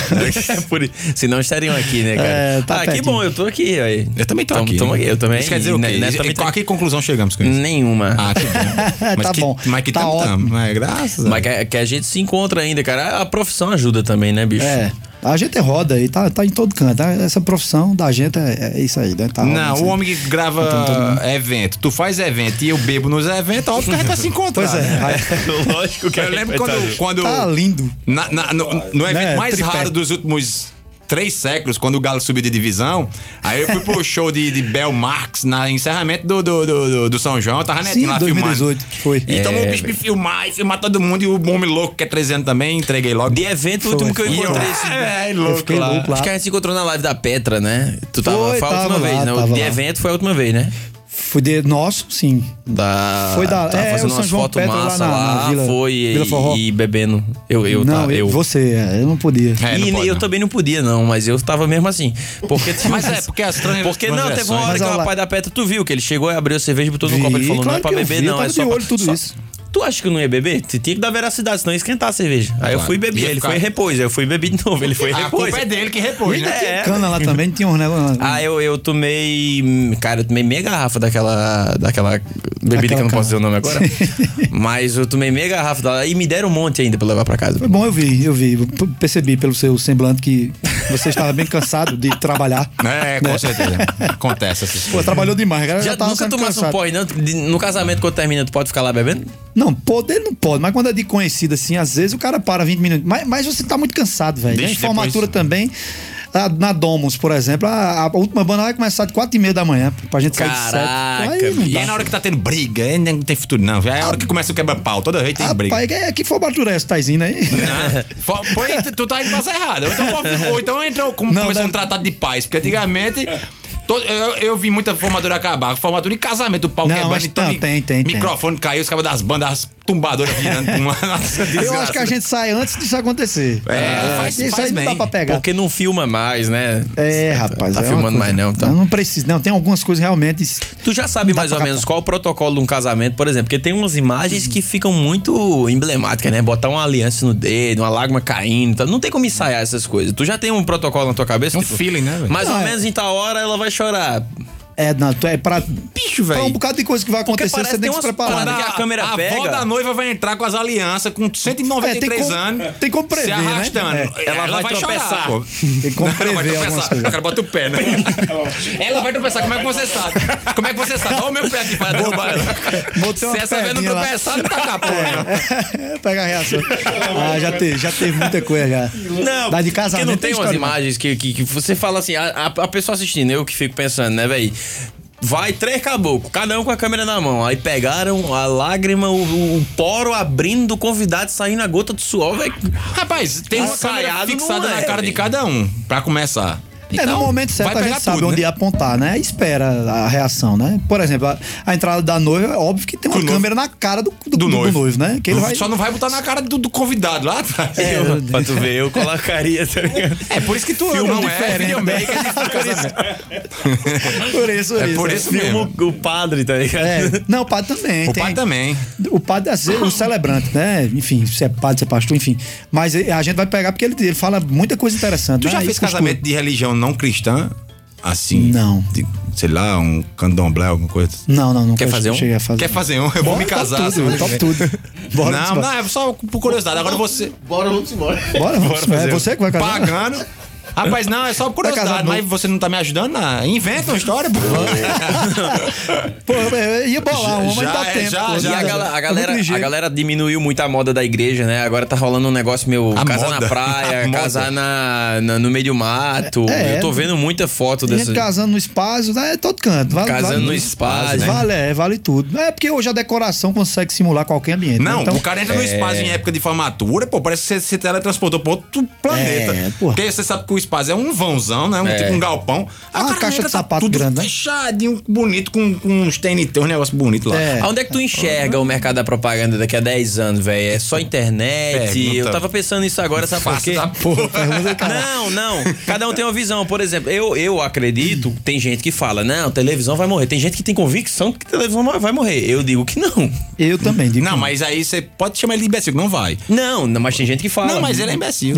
Speaker 4: É, por isso. Senão estariam aqui, né, cara?
Speaker 8: É, tá
Speaker 4: ah, que
Speaker 8: pertinho.
Speaker 4: bom, eu tô aqui. Aí.
Speaker 3: Eu também tô
Speaker 4: Tamo-
Speaker 3: aqui.
Speaker 4: tamo aqui, Eu também.
Speaker 3: Isso quer dizer o
Speaker 4: né,
Speaker 3: quê?
Speaker 4: né,
Speaker 3: E-
Speaker 8: é
Speaker 4: também
Speaker 3: e
Speaker 4: tô
Speaker 3: qual-
Speaker 4: aqui.
Speaker 3: que conclusão chegamos com isso?
Speaker 4: Nenhuma.
Speaker 3: Ah, que bom. Mas
Speaker 8: Tá
Speaker 3: que,
Speaker 8: bom.
Speaker 3: Mas que
Speaker 8: Tá
Speaker 3: tamo,
Speaker 8: ótimo.
Speaker 3: tamo. É,
Speaker 8: tá.
Speaker 3: graças a
Speaker 4: Mas que, que a gente se encontra ainda, cara. A profissão ajuda também, né, bicho?
Speaker 8: É. A gente é roda e tá, tá em todo canto. né? Essa profissão da gente é, é isso aí, né? Tá
Speaker 3: Não,
Speaker 8: assim.
Speaker 3: o homem que
Speaker 8: então,
Speaker 3: grava evento, tu faz evento e eu bebo nos eventos, óbvio que a gente tá se encontrando.
Speaker 8: Pois
Speaker 4: né?
Speaker 8: é. Aí-
Speaker 4: Lógico que
Speaker 3: Eu lembro quando. quando
Speaker 8: Tá lindo.
Speaker 3: na- na- no, no evento
Speaker 8: Né,
Speaker 3: mais
Speaker 8: tripé.
Speaker 3: raro dos últimos três séculos, quando o Galo subiu de divisão, aí eu fui pro show de, de Bel Marx na encerramento do, do, do, do- do São João, eu tava netinho
Speaker 8: Sim,
Speaker 3: lá
Speaker 8: 2018.
Speaker 3: filmando.
Speaker 8: Foi. É,
Speaker 3: Então
Speaker 4: um
Speaker 3: o bicho me filmar e filmar todo mundo e o homem louco que é 300 também, entreguei logo.
Speaker 4: De evento, o último que eu
Speaker 3: E eu,
Speaker 4: encontrei. esse-
Speaker 3: é, é,
Speaker 8: Eu
Speaker 3: louco,
Speaker 8: fiquei
Speaker 3: lá.
Speaker 8: louco lá.
Speaker 4: Acho que a gente se encontrou na live da Petra, né? Tu tava,
Speaker 8: Foi,
Speaker 4: foi a última
Speaker 8: tava
Speaker 4: vez,
Speaker 8: lá,
Speaker 4: né? O
Speaker 8: tava
Speaker 4: de
Speaker 8: lá.
Speaker 4: evento foi a última vez, né?
Speaker 8: Foi de nosso, sim.
Speaker 4: Da,
Speaker 8: Foi da-
Speaker 4: Tava
Speaker 8: é,
Speaker 4: fazendo
Speaker 8: o São
Speaker 4: umas
Speaker 8: João
Speaker 4: fotos
Speaker 8: Petra lá
Speaker 4: massa
Speaker 8: na-
Speaker 4: lá,
Speaker 8: na Vila-
Speaker 4: foi e-
Speaker 8: Vila Forró.
Speaker 4: e bebendo. Eu, eu,
Speaker 8: não,
Speaker 4: tá,
Speaker 8: eu,
Speaker 4: eu.
Speaker 8: você, é, eu não podia.
Speaker 3: É, não
Speaker 4: e
Speaker 3: pode,
Speaker 4: eu
Speaker 3: não.
Speaker 4: também não podia, não, mas eu tava mesmo assim. Porque tinha
Speaker 3: Mas
Speaker 4: umas-
Speaker 3: é, porque as trans-
Speaker 4: Porque não, teve uma hora
Speaker 8: Mas
Speaker 4: que o
Speaker 8: olha lá.
Speaker 4: rapaz da Petra, tu viu que ele chegou e abriu a cerveja, botou no
Speaker 8: Vi,
Speaker 4: copo e falou: não é
Speaker 8: claro
Speaker 4: pra
Speaker 8: que eu
Speaker 4: beber,
Speaker 8: vi, eu
Speaker 4: não.
Speaker 8: tava
Speaker 4: É
Speaker 8: de
Speaker 4: só pra-
Speaker 8: olho tudo
Speaker 4: só-
Speaker 8: isso.
Speaker 4: Tu acha que eu não ia beber? Tu tinha que dar veracidade, senão ia esquentar a cerveja. Aí eu
Speaker 3: Claro.
Speaker 4: fui beber,
Speaker 3: Ia
Speaker 4: ele
Speaker 3: ficar-
Speaker 4: foi e repôs. Aí eu fui e bebi de novo, ele foi e
Speaker 8: Ah,
Speaker 3: A culpa
Speaker 4: repôs.
Speaker 3: é dele que repôs, né?
Speaker 4: É.
Speaker 8: Cana lá também, tinha um negócio. lá.
Speaker 4: Ah, eu, eu tomei. hum, Cara, eu tomei meia garrafa daquela. Daquela bebida que eu não
Speaker 8: Aquela
Speaker 4: posso dizer o nome agora. Mas eu tomei meia garrafa dela e me deram um monte ainda pra levar pra casa.
Speaker 8: Foi bom, eu vi, eu vi. P- Percebi pelo seu semblante que você estava bem cansado de trabalhar.
Speaker 3: É, com certeza. Acontece essas
Speaker 8: Né? Pô,
Speaker 3: coisas.
Speaker 8: trabalhou demais, a galera. Já,
Speaker 4: Já,
Speaker 8: tava
Speaker 4: nunca
Speaker 8: ficando
Speaker 4: tomasse um
Speaker 8: cansada.
Speaker 4: porre, não? De- No casamento, quando termina, tu pode ficar lá bebendo?
Speaker 8: Não, poder não pode, mas quando é de conhecido assim, às vezes o cara para 20 minutos. Mas, mas você tá muito cansado, velho.
Speaker 3: Deixa
Speaker 8: Em formatura
Speaker 3: depois.
Speaker 8: também. a- Na Domus, por exemplo, a, a última banda vai começar de 4 e meia da manhã, pra gente sair
Speaker 4: Caraca,
Speaker 8: de 7.
Speaker 4: bicho.
Speaker 3: E é na hora que tá tendo briga, é, não tem futuro não. É a hora que começa o quebra-pau, toda vez tem briga.
Speaker 8: Rapaz, que, que formatura é essa, Taizinho, aí?
Speaker 3: Ah, fo- Pô, ent- tu tá indo pra ser errado. Ou então, ou então entrou como
Speaker 8: Não,
Speaker 3: começou
Speaker 8: não.
Speaker 3: um tratado de paz, porque antigamente. to- Eu, eu vi muita formatura acabar, formatura em casamento, o pau
Speaker 8: Não,
Speaker 3: quebrando,
Speaker 8: mas
Speaker 3: então
Speaker 8: tem,
Speaker 3: mi-
Speaker 8: tem, tem, tem.
Speaker 3: microfone caiu, os cabos das bandas, as tumbadoras virando pra um lado. Nossa,
Speaker 8: Eu acho
Speaker 3: desgraça.
Speaker 8: que a gente sai antes disso acontecer.
Speaker 3: É, faz-
Speaker 8: isso
Speaker 3: faz
Speaker 8: aí não
Speaker 3: bem.
Speaker 8: dá pra pegar.
Speaker 4: Porque não filma mais, né?
Speaker 8: É, rapaz.
Speaker 4: Tá
Speaker 8: é uma
Speaker 4: filmando mais não, tá?
Speaker 8: Não, não precisa, não. Tem algumas coisas realmente.
Speaker 4: Tu já sabe
Speaker 8: Dá
Speaker 4: mais
Speaker 8: pra
Speaker 4: ou menos qual o protocolo de um casamento, por exemplo, porque tem umas imagens que ficam muito emblemáticas, né? Botar uma aliança no dedo, uma lágrima caindo, tá? não tem como ensaiar essas coisas. Tu já tem um protocolo na tua cabeça?
Speaker 3: É um feeling, né, velho?
Speaker 4: Mais ou
Speaker 8: Não, é-
Speaker 4: menos em tal hora ela vai chorar.
Speaker 8: É, não, tu é pra.
Speaker 3: bicho,
Speaker 8: Então, um
Speaker 3: velho.
Speaker 8: bocado de coisa que vai
Speaker 4: Porque
Speaker 8: acontecer,
Speaker 4: parece
Speaker 8: você
Speaker 4: que tem
Speaker 8: tem tá que se
Speaker 4: umas
Speaker 8: preparar.
Speaker 4: paradas que a câmera
Speaker 3: "Ah, a avó
Speaker 4: pega.
Speaker 3: da noiva vai entrar com as alianças com
Speaker 8: É, tem
Speaker 3: 193
Speaker 8: como-
Speaker 3: anos.
Speaker 8: tem como prever,
Speaker 3: Se
Speaker 8: né?
Speaker 3: arrastando.
Speaker 8: É.
Speaker 4: Ela vai tropeçar.
Speaker 3: pô.
Speaker 8: Tem como
Speaker 3: Não, ela vai
Speaker 8: prever algumas
Speaker 3: tropeçar.
Speaker 8: coisas.
Speaker 3: O cara bota o pé, né? ela vai tropeçar. Como é que você sabe? Como é que você sabe? Olha o meu pé aqui pra derrubar ela.
Speaker 8: Botei uma
Speaker 3: Se essa vez não
Speaker 8: perninha lá. É.
Speaker 3: tropeçar, não tá com a porra. né?
Speaker 8: Pega a reação. Ah, já teve, já teve muita coisa já. É,
Speaker 4: Não,
Speaker 8: Dá de
Speaker 4: porque
Speaker 8: casamento.
Speaker 4: não
Speaker 3: é
Speaker 4: tem umas
Speaker 8: história.
Speaker 4: imagens que, que, que você fala assim, a, a, a pessoa assistindo, eu que fico pensando, né, velho? Vai três caboclos, cada um com a câmera na mão. Aí pegaram a lágrima, o, o- o poro abrindo, o convidado saindo a gota de suor, velho.
Speaker 3: Rapaz, tem uma câmera
Speaker 4: Ensaiado
Speaker 3: fixada
Speaker 4: não
Speaker 3: na
Speaker 4: é,
Speaker 3: cara de
Speaker 4: velho.
Speaker 3: cada um, pra começar.
Speaker 8: É, no
Speaker 3: Então,
Speaker 8: momento certo
Speaker 3: vai
Speaker 8: a
Speaker 3: pegar
Speaker 8: gente sabe
Speaker 3: tudo,
Speaker 8: onde
Speaker 3: né?
Speaker 8: apontar, né? Espera a reação, né? Por exemplo, a, a entrada da noiva, é óbvio que tem uma
Speaker 3: Do noivo.
Speaker 8: câmera na cara do, do, do
Speaker 3: noivo.
Speaker 8: noivo. né? Que ele vai...
Speaker 3: Só não vai botar na cara do, do convidado lá atrás.
Speaker 8: É,
Speaker 3: Eu-
Speaker 8: eu-
Speaker 4: Pra tu ver, eu colocaria, tá ligado?
Speaker 3: É por isso que tu
Speaker 8: Filma
Speaker 3: não é
Speaker 8: diferente,
Speaker 3: videomaker de casamento.
Speaker 8: por isso,
Speaker 3: É por isso mesmo.
Speaker 4: Filma o, o padre, tá ligado?
Speaker 8: É. Não, o padre também.
Speaker 3: O tá-
Speaker 8: tem-
Speaker 3: pai também.
Speaker 8: O padre, às vezes, o celebrante, né? Enfim, se é padre, se é pastor, enfim. Mas a gente vai pegar porque ele, ele fala muita coisa interessante.
Speaker 3: Tu já
Speaker 8: né?
Speaker 3: fez
Speaker 8: Isso costuma-
Speaker 3: casamento de religião não cristã? Assim?
Speaker 8: Não.
Speaker 3: de- sei lá, um candomblé, alguma coisa.
Speaker 8: Não, não, não.
Speaker 4: Quer
Speaker 8: eu
Speaker 4: fazer um?
Speaker 8: Cheguei a fazer.
Speaker 3: Quer fazer um? Eu vou me casar.
Speaker 8: Top tudo,
Speaker 3: sabe?
Speaker 8: top tudo. Bora,
Speaker 3: não,
Speaker 8: vamos
Speaker 3: não, é só por curiosidade. Agora você.
Speaker 5: Bora, vamos embora.
Speaker 8: Bora, vamos, é você que vai casar.
Speaker 3: Pagando. Rapaz, não, é só por
Speaker 8: Vai casar
Speaker 3: curiosidade.
Speaker 8: novo.
Speaker 3: Mas você não tá me ajudando? Não. Inventa uma história, pô.
Speaker 8: Pô, é, eu ia bolar uma, mas
Speaker 3: Já,
Speaker 8: dá
Speaker 3: é,
Speaker 8: tempo.
Speaker 3: já,
Speaker 8: pô,
Speaker 3: já,
Speaker 4: E a,
Speaker 8: né?
Speaker 4: gala- a
Speaker 8: Tá muito
Speaker 4: galera, a
Speaker 8: ligeiro.
Speaker 3: é
Speaker 4: galera diminuiu muito a moda da igreja, né? Agora tá rolando um negócio meu
Speaker 3: A
Speaker 4: casar
Speaker 3: moda.
Speaker 4: na
Speaker 3: A
Speaker 4: praia,
Speaker 3: moda.
Speaker 4: casar na, na- no meio do mato.
Speaker 8: É,
Speaker 4: eu tô
Speaker 8: é.
Speaker 4: vendo muita foto
Speaker 8: Tem
Speaker 3: assim.
Speaker 8: gente
Speaker 4: dessas.
Speaker 8: casando no espaço, né? É todo canto. Vale,
Speaker 4: Casando
Speaker 8: vale,
Speaker 4: no espaço, né?
Speaker 8: Vale, é, vale tudo. É porque hoje a decoração consegue simular qualquer ambiente. né?
Speaker 3: Não,
Speaker 8: Então,
Speaker 3: o cara entra no espaço em época de formatura, pô, parece que você se teletransportou pra outro planeta.
Speaker 8: É, porra.
Speaker 3: Porque você sabe que o espaço é um vãozão, né? Um, Tipo um galpão. Aí o
Speaker 8: Ah, uma
Speaker 3: cara
Speaker 8: caixa
Speaker 3: entra, tá
Speaker 8: de sapato
Speaker 3: tudo
Speaker 8: grande, né?
Speaker 3: fechadinho, bonito, com, com uns TNT, um negócio bonito lá.
Speaker 8: É.
Speaker 4: Onde é que tu enxerga o mercado da propaganda daqui a 10 anos, velho? É só internet?
Speaker 3: Pergunta.
Speaker 4: Eu tava pensando nisso agora, sabe por
Speaker 3: Fácil
Speaker 4: quê?
Speaker 3: da porra.
Speaker 4: Não, não. Cada um tem uma visão. Por exemplo, eu, eu acredito, tem gente que fala, não, televisão vai morrer. Tem gente que tem convicção que televisão vai morrer. Eu digo que não.
Speaker 8: Eu também digo.
Speaker 3: Não,
Speaker 8: que-
Speaker 3: mas aí você pode chamar ele de imbecil, não vai.
Speaker 4: Não, não, mas tem gente que fala.
Speaker 3: Não, mas ele é imbecil.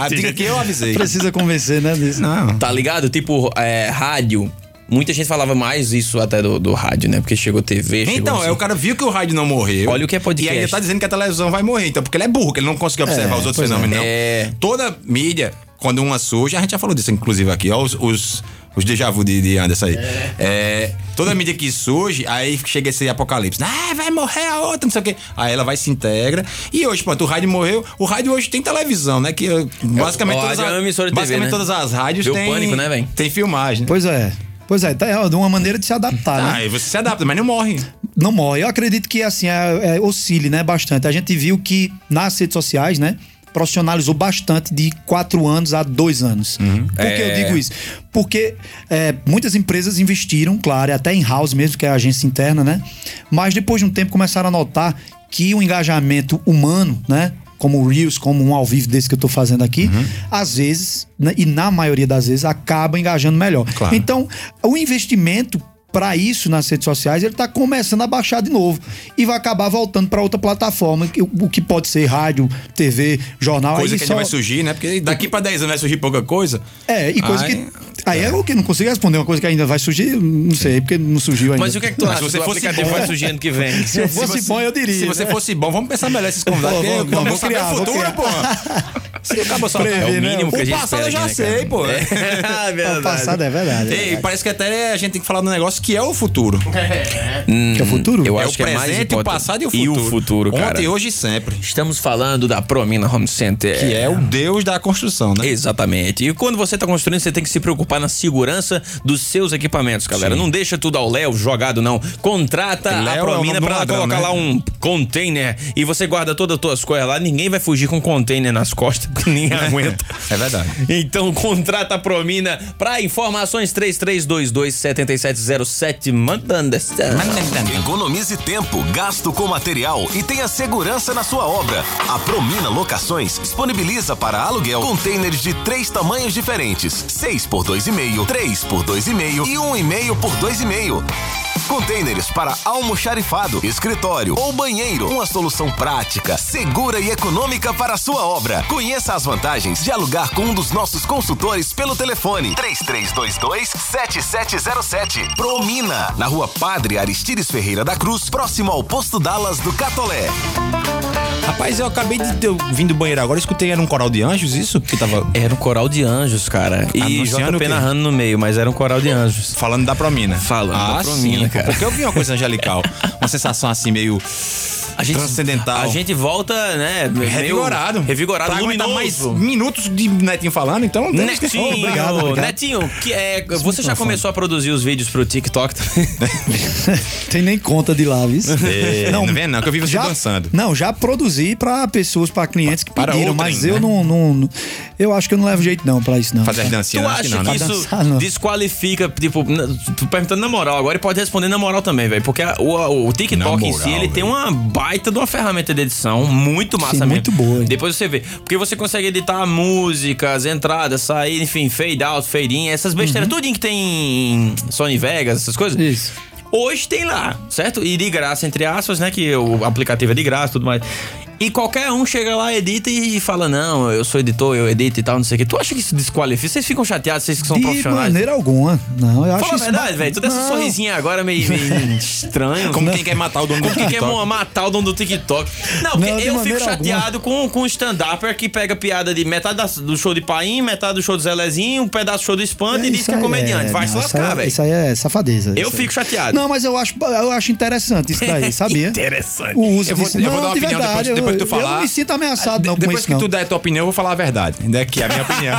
Speaker 3: A dica que eu avisei.
Speaker 8: Ah,
Speaker 3: Ah.
Speaker 8: Precisa convencer, né? Disso.
Speaker 3: Não.
Speaker 4: Tá ligado? Tipo, é, rádio. Muita gente falava mais isso até do, do rádio, né? Porque chegou TV, chegou
Speaker 3: Então,
Speaker 4: não
Speaker 3: é
Speaker 4: sei.
Speaker 3: o cara viu que o rádio não morreu.
Speaker 4: Olha o que é podcast.
Speaker 3: E ainda tá dizendo que a televisão vai morrer, então, porque ele é burro, que ele não conseguiu observar os outros
Speaker 8: pois é.
Speaker 3: fenômenos, não.
Speaker 4: É.
Speaker 3: Toda mídia, quando uma surge, a gente já falou disso, inclusive, aqui, ó, os. os os déjà vu de, de Anderson aí. É, toda mídia que surge, aí chega esse apocalipse. Ah, vai morrer a outra, não sei o quê. Aí ela vai se integra. E hoje, pronto, o rádio morreu. O rádio hoje tem televisão, né? Que basicamente,
Speaker 4: É, o
Speaker 3: todas,
Speaker 4: rádio é uma
Speaker 3: as,
Speaker 4: emissora de TV,
Speaker 3: basicamente
Speaker 4: né?
Speaker 3: todas as rádios
Speaker 4: Deu
Speaker 3: tem,
Speaker 4: pânico, né, véi?
Speaker 3: tem filmagem. né?
Speaker 8: Pois é. Pois é, tá, é uma maneira de se adaptar, né?
Speaker 3: Ah, e você se adapta, mas não morre.
Speaker 8: Não morre. Eu acredito que assim, é, é, oscile, né? Bastante. A gente viu que nas redes sociais, né? Profissionalizou bastante de 4 anos a 2 anos. Por que eu digo isso? Porque é, muitas empresas investiram, claro, até em house mesmo, que é a agência interna, né? Mas depois de um tempo começaram a notar que o engajamento humano, né? Como o Reels, como um ao vivo desse que eu tô fazendo aqui, às vezes, né, e na maioria das vezes, acaba engajando melhor.
Speaker 3: Claro.
Speaker 8: Então, então, o investimento para isso nas redes sociais, ele tá começando a baixar de novo e vai acabar voltando para outra plataforma, que- o que pode ser rádio, TV, jornal,
Speaker 3: coisa
Speaker 8: aí
Speaker 3: que
Speaker 8: só-
Speaker 3: ainda vai surgir, né? Porque daqui pra 10 anos vai surgir pouca coisa.
Speaker 8: É, e coisa
Speaker 3: Aí-
Speaker 8: que aí é o que não consigo responder, uma coisa que ainda vai surgir, não sei, porque não surgiu ainda.
Speaker 4: Mas o que é que tu
Speaker 3: Mas
Speaker 4: acha?
Speaker 3: se você
Speaker 4: do
Speaker 3: fosse
Speaker 4: aplicativo
Speaker 3: bom-
Speaker 4: vai surgir ano que vem.
Speaker 8: se eu fosse bom, eu diria.
Speaker 3: Se você
Speaker 8: né?
Speaker 3: fosse bom, vamos pensar melhor esses convidados.
Speaker 8: Pô,
Speaker 3: porque
Speaker 8: vamos-
Speaker 3: eu
Speaker 8: vamos
Speaker 3: vou saber
Speaker 8: criar,
Speaker 3: o futuro,
Speaker 8: vou
Speaker 3: pô. Se acaba só
Speaker 8: Prever,
Speaker 3: É o
Speaker 8: né?
Speaker 3: mínimo que a gente O passado eu já
Speaker 4: espera
Speaker 3: sei,
Speaker 4: aqui, né,
Speaker 3: pô.
Speaker 4: cara? É,
Speaker 8: O passado é verdade. é
Speaker 3: Ei,
Speaker 8: verdade.
Speaker 3: parece que até a gente tem que falar do negócio que é o futuro.
Speaker 8: Que é o futuro?
Speaker 4: Eu
Speaker 3: é
Speaker 4: acho
Speaker 3: o
Speaker 4: que é mais
Speaker 3: presente, o
Speaker 4: importante.
Speaker 3: passado e o
Speaker 4: E
Speaker 3: futuro.
Speaker 4: o futuro, cara.
Speaker 3: Ontem, hoje e sempre.
Speaker 4: Estamos falando da Promina Home Center.
Speaker 3: Que é o Deus da construção, né?
Speaker 4: Exatamente. E quando você está construindo, você tem que se preocupar na segurança dos seus equipamentos, galera. Não deixa tudo ao Léo jogado, não. Contrata
Speaker 3: Léo é
Speaker 4: a
Speaker 3: o nome do
Speaker 4: Promina pra ela
Speaker 3: ladrão,
Speaker 4: colocar
Speaker 3: né?
Speaker 4: lá um container e você guarda todas as tuas coisas lá. Ninguém vai fugir com container nas costas, que ninguém aguenta.
Speaker 3: É verdade.
Speaker 4: Então contrata a Promina para informações 3322-7707. Manda Anderson.
Speaker 6: Economize tempo, gasto com material e tenha segurança na sua obra. A Promina Locações disponibiliza para aluguel containers de três tamanhos um diferentes: 6 por 2,5, 3 por 2,5 e 1,5 por 2,5. Containers para almoxarifado, escritório ou banheiro. Uma solução prática, segura e econômica para a sua obra. Conheça as vantagens de alugar com um dos nossos consultores pelo telefone 3322-7707. Promina, na rua Padre Aristides Ferreira da Cruz, próximo ao posto Dallas do Catolé.
Speaker 3: Rapaz, eu acabei de ter, vim do banheiro agora, eu escutei, era um coral de anjos, isso? Que tava
Speaker 4: Era um coral de anjos, cara. E
Speaker 3: Anunciando o
Speaker 4: JP
Speaker 3: quê?
Speaker 4: narrando no meio, mas era um coral de anjos.
Speaker 3: falando da promina.
Speaker 4: Falando
Speaker 3: ah,
Speaker 4: da promina,
Speaker 3: sim,
Speaker 4: cara.
Speaker 3: Porque eu vi uma coisa angelical. uma sensação assim, meio
Speaker 4: A gente,
Speaker 3: transcendental.
Speaker 4: A gente volta, né? meio
Speaker 3: Revigorado.
Speaker 4: Revigorado,
Speaker 3: pra aguentar
Speaker 4: luminoso.
Speaker 3: mais minutos de Netinho falando, então... tem que-
Speaker 4: Netinho,
Speaker 3: Oh, obrigado, obrigado.
Speaker 4: Netinho, que é, você já começou a produzir os vídeos pro TikTok também?
Speaker 8: Tem nem conta de lá, viu?
Speaker 3: É, não vem não, que eu vi você
Speaker 8: já,
Speaker 3: dançando.
Speaker 8: Não, já produzi pra pessoas, pra clientes que
Speaker 3: Para
Speaker 8: pediram,
Speaker 3: outrem,
Speaker 8: mas eu
Speaker 3: né?
Speaker 8: não, não- não- Eu acho que eu não levo jeito não pra isso, não.
Speaker 3: Fazer as dancinhas,
Speaker 4: Tu
Speaker 3: né? Acho
Speaker 4: acha
Speaker 3: não, né?
Speaker 4: que isso
Speaker 8: Pra dançar, não.
Speaker 4: desqualifica, tipo, na- tu perguntando na moral agora e pode responder na moral também, velho. Porque a- o, o TikTok
Speaker 3: Na
Speaker 4: em si,
Speaker 3: moral,
Speaker 4: ele tem
Speaker 3: velho.
Speaker 4: uma baita de uma ferramenta de edição muito massa
Speaker 8: Sim,
Speaker 4: mesmo.
Speaker 8: muito boa, hein?
Speaker 4: Depois você vê. Porque você consegue editar músicas, entradas, saída, enfim, fade out, fade in, essas besteiras, tudinho que tem em Sony Vegas, essas coisas.
Speaker 8: Isso.
Speaker 4: Hoje tem lá, certo? E de graça, entre aspas, né? Que o aplicativo é de graça e tudo mais. E qualquer um chega lá, edita e fala: Não, eu sou editor, eu edito e tal, não sei o quê. Tu acha que isso desqualifica? Vocês ficam chateados, vocês que são
Speaker 8: De
Speaker 4: profissionais?
Speaker 8: maneira alguma. Não, eu acho
Speaker 4: Fala a
Speaker 8: isso
Speaker 4: verdade,
Speaker 8: ba-
Speaker 4: velho.
Speaker 3: é
Speaker 4: Tu dá esse
Speaker 8: Não.
Speaker 4: sorrisinho agora meio, meio estranho.
Speaker 3: Como
Speaker 4: Não.
Speaker 3: quem quer matar o dono do
Speaker 4: Como quem
Speaker 3: TikTok.
Speaker 4: quer matar o dono do TikTok. Não, porque
Speaker 8: Não, de
Speaker 4: eu fico
Speaker 8: maneira
Speaker 4: chateado com, com o stand-upper que pega piada de metade da- do show de Paim, metade do show do Zelezinho, um pedaço do show do Espanto e diz
Speaker 8: isso
Speaker 4: que é
Speaker 8: aí
Speaker 4: comediante. Vai
Speaker 8: não,
Speaker 4: se
Speaker 8: isso aí-
Speaker 4: lascar, velho.
Speaker 8: Isso aí é safadeza.
Speaker 4: Eu
Speaker 8: isso aí.
Speaker 4: fico chateado.
Speaker 8: Não, mas eu acho, eu acho interessante isso daí, sabia?
Speaker 4: Interessante.
Speaker 8: O uso
Speaker 3: Eu vou-
Speaker 8: disso.
Speaker 3: eu vou
Speaker 8: Não,
Speaker 3: dar uma
Speaker 8: de
Speaker 3: opinião
Speaker 8: verdade,
Speaker 3: depois- depois
Speaker 8: eu-
Speaker 3: que tu falar.
Speaker 8: Eu não me sinto ameaçado não, com
Speaker 3: Depois
Speaker 8: isso,
Speaker 3: que
Speaker 8: não.
Speaker 3: tu der a tua opinião, eu vou falar a verdade. Né? Que é a minha opinião.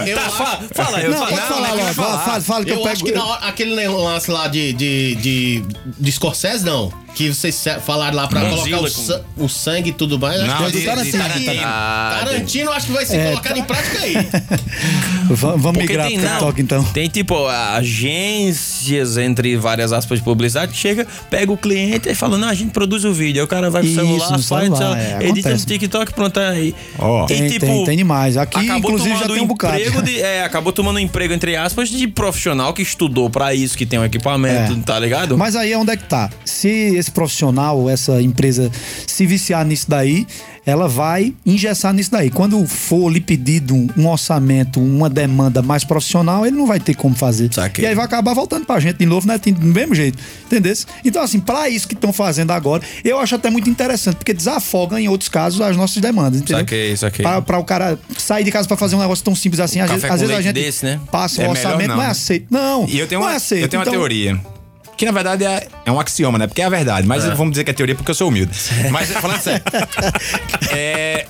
Speaker 5: Eu, eu
Speaker 4: Tá,
Speaker 5: acho-
Speaker 4: fala, fala, eu
Speaker 8: não,
Speaker 4: falo.
Speaker 8: pode falar,
Speaker 3: tem que
Speaker 8: Ló,
Speaker 3: falar.
Speaker 8: fala, fala, fala que eu,
Speaker 5: eu acho
Speaker 8: pego.
Speaker 5: que na hora, aquele lance lá de, de, de, de Scorsese, não. Que vocês se- falaram lá pra
Speaker 4: Godzilla
Speaker 5: colocar o,
Speaker 4: com-
Speaker 5: sa- o sangue e tudo mais. acho
Speaker 3: Não,
Speaker 5: que
Speaker 3: de- de Tarantino.
Speaker 5: Tarantino acho que vai ser colocado em prática aí.
Speaker 8: Vamos vamos
Speaker 4: Porque
Speaker 8: migrar
Speaker 4: tem,
Speaker 8: pro
Speaker 4: não,
Speaker 8: TikTok, então.
Speaker 4: tem tipo agências, entre várias aspas de publicidade, que chega, pega o cliente e fala: Não, a gente produz o vídeo. Aí o cara vai pro
Speaker 8: Isso,
Speaker 4: celular,
Speaker 8: no
Speaker 4: faz,
Speaker 8: celular,
Speaker 4: celular,
Speaker 8: é,
Speaker 4: edita no
Speaker 8: acontece.
Speaker 4: TikTok, pronto, tá aí.
Speaker 3: Ó.
Speaker 4: E, tipo,
Speaker 8: Tem, tipo, tem, tem demais. Aqui,
Speaker 4: acabou
Speaker 8: inclusive, já
Speaker 4: tomando
Speaker 8: tem um bocado.
Speaker 4: emprego de- é, acabou tomando um emprego, entre aspas, de profissional que estudou pra isso, que tem um equipamento,
Speaker 8: É.
Speaker 4: tá ligado?
Speaker 8: Mas aí é onde é que tá? Se esse profissional, essa empresa se viciar nisso daí, ela vai engessar nisso daí. Quando for lhe pedido um, um orçamento, uma demanda mais profissional, ele não vai ter como fazer.
Speaker 4: Saquei.
Speaker 8: E aí vai acabar voltando pra gente de novo, né? Tem- Do mesmo jeito. Entendeu? Então, assim, pra isso que estão fazendo agora, eu acho até muito interessante, porque desafoga em outros casos as nossas demandas, entendeu?
Speaker 4: Saquei, saquei.
Speaker 8: Pra, pra o cara sair de casa pra fazer um negócio tão simples assim, às
Speaker 4: café
Speaker 8: vezes,
Speaker 4: com
Speaker 8: às vezes a
Speaker 4: leite
Speaker 8: gente
Speaker 4: desse, né?
Speaker 8: passa um
Speaker 3: É melhor
Speaker 8: orçamento,
Speaker 3: não,
Speaker 8: não, é
Speaker 3: né?
Speaker 8: aceito. Não,
Speaker 3: E eu tenho
Speaker 8: não
Speaker 3: uma,
Speaker 8: é aceito.
Speaker 3: eu tenho uma
Speaker 8: Então,
Speaker 3: teoria. Que na verdade é, é um axioma, né? Porque é a verdade. Mas vamos dizer que é teoria porque eu sou humilde. Mas falando sério. é.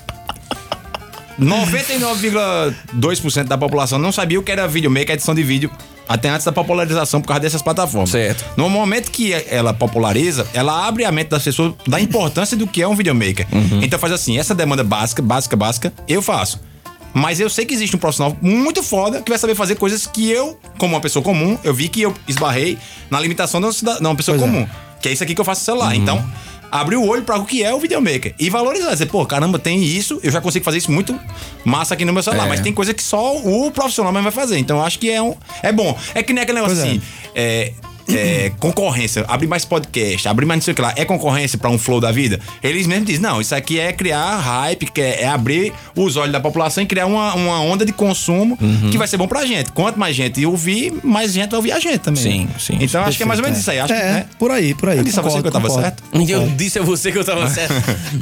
Speaker 3: 99,2% da população não sabia o que era videomaker, edição de vídeo, até antes da popularização por causa dessas plataformas.
Speaker 4: Certo.
Speaker 3: No momento que ela populariza, ela abre a mente das pessoas da importância do que é um videomaker.
Speaker 8: Uhum.
Speaker 3: Então faz assim, essa demanda básica, básica, básica, eu faço. Mas eu sei que existe um profissional muito foda que vai saber fazer coisas que eu, como uma pessoa comum, eu vi que eu esbarrei na limitação da cidad- não, uma pessoa
Speaker 8: Pois é. Uhum.
Speaker 3: comum. Que é isso aqui que eu faço no celular. Então, abrir o olho para o que é o videomaker. E valorizar. Dizer, pô, caramba, tem isso, eu já consigo fazer isso muito massa aqui no meu celular.
Speaker 4: É.
Speaker 3: Mas tem coisa que só o profissional mesmo vai fazer. Então, eu acho que é um. É bom. É que nem aquele negócio
Speaker 8: Pois é.
Speaker 3: assim. é, é, concorrência, abrir mais podcast, abrir mais não sei o que lá, é concorrência pra um flow da vida? Eles mesmos dizem, não, isso aqui é criar hype, que é, é abrir os olhos da população e criar uma, uma onda de consumo
Speaker 8: Uhum.
Speaker 3: que vai ser bom pra gente. Quanto mais gente ouvir, mais gente vai ouvir a gente também.
Speaker 4: Sim, sim,
Speaker 3: Então acho que é mais ou menos isso aí. Acho
Speaker 8: é,
Speaker 3: que, né?
Speaker 8: por aí, por aí.
Speaker 3: Eu disse a você
Speaker 8: Concordo,
Speaker 3: que eu tava
Speaker 8: concordo.
Speaker 3: certo?
Speaker 4: Eu disse a você que eu tava certo.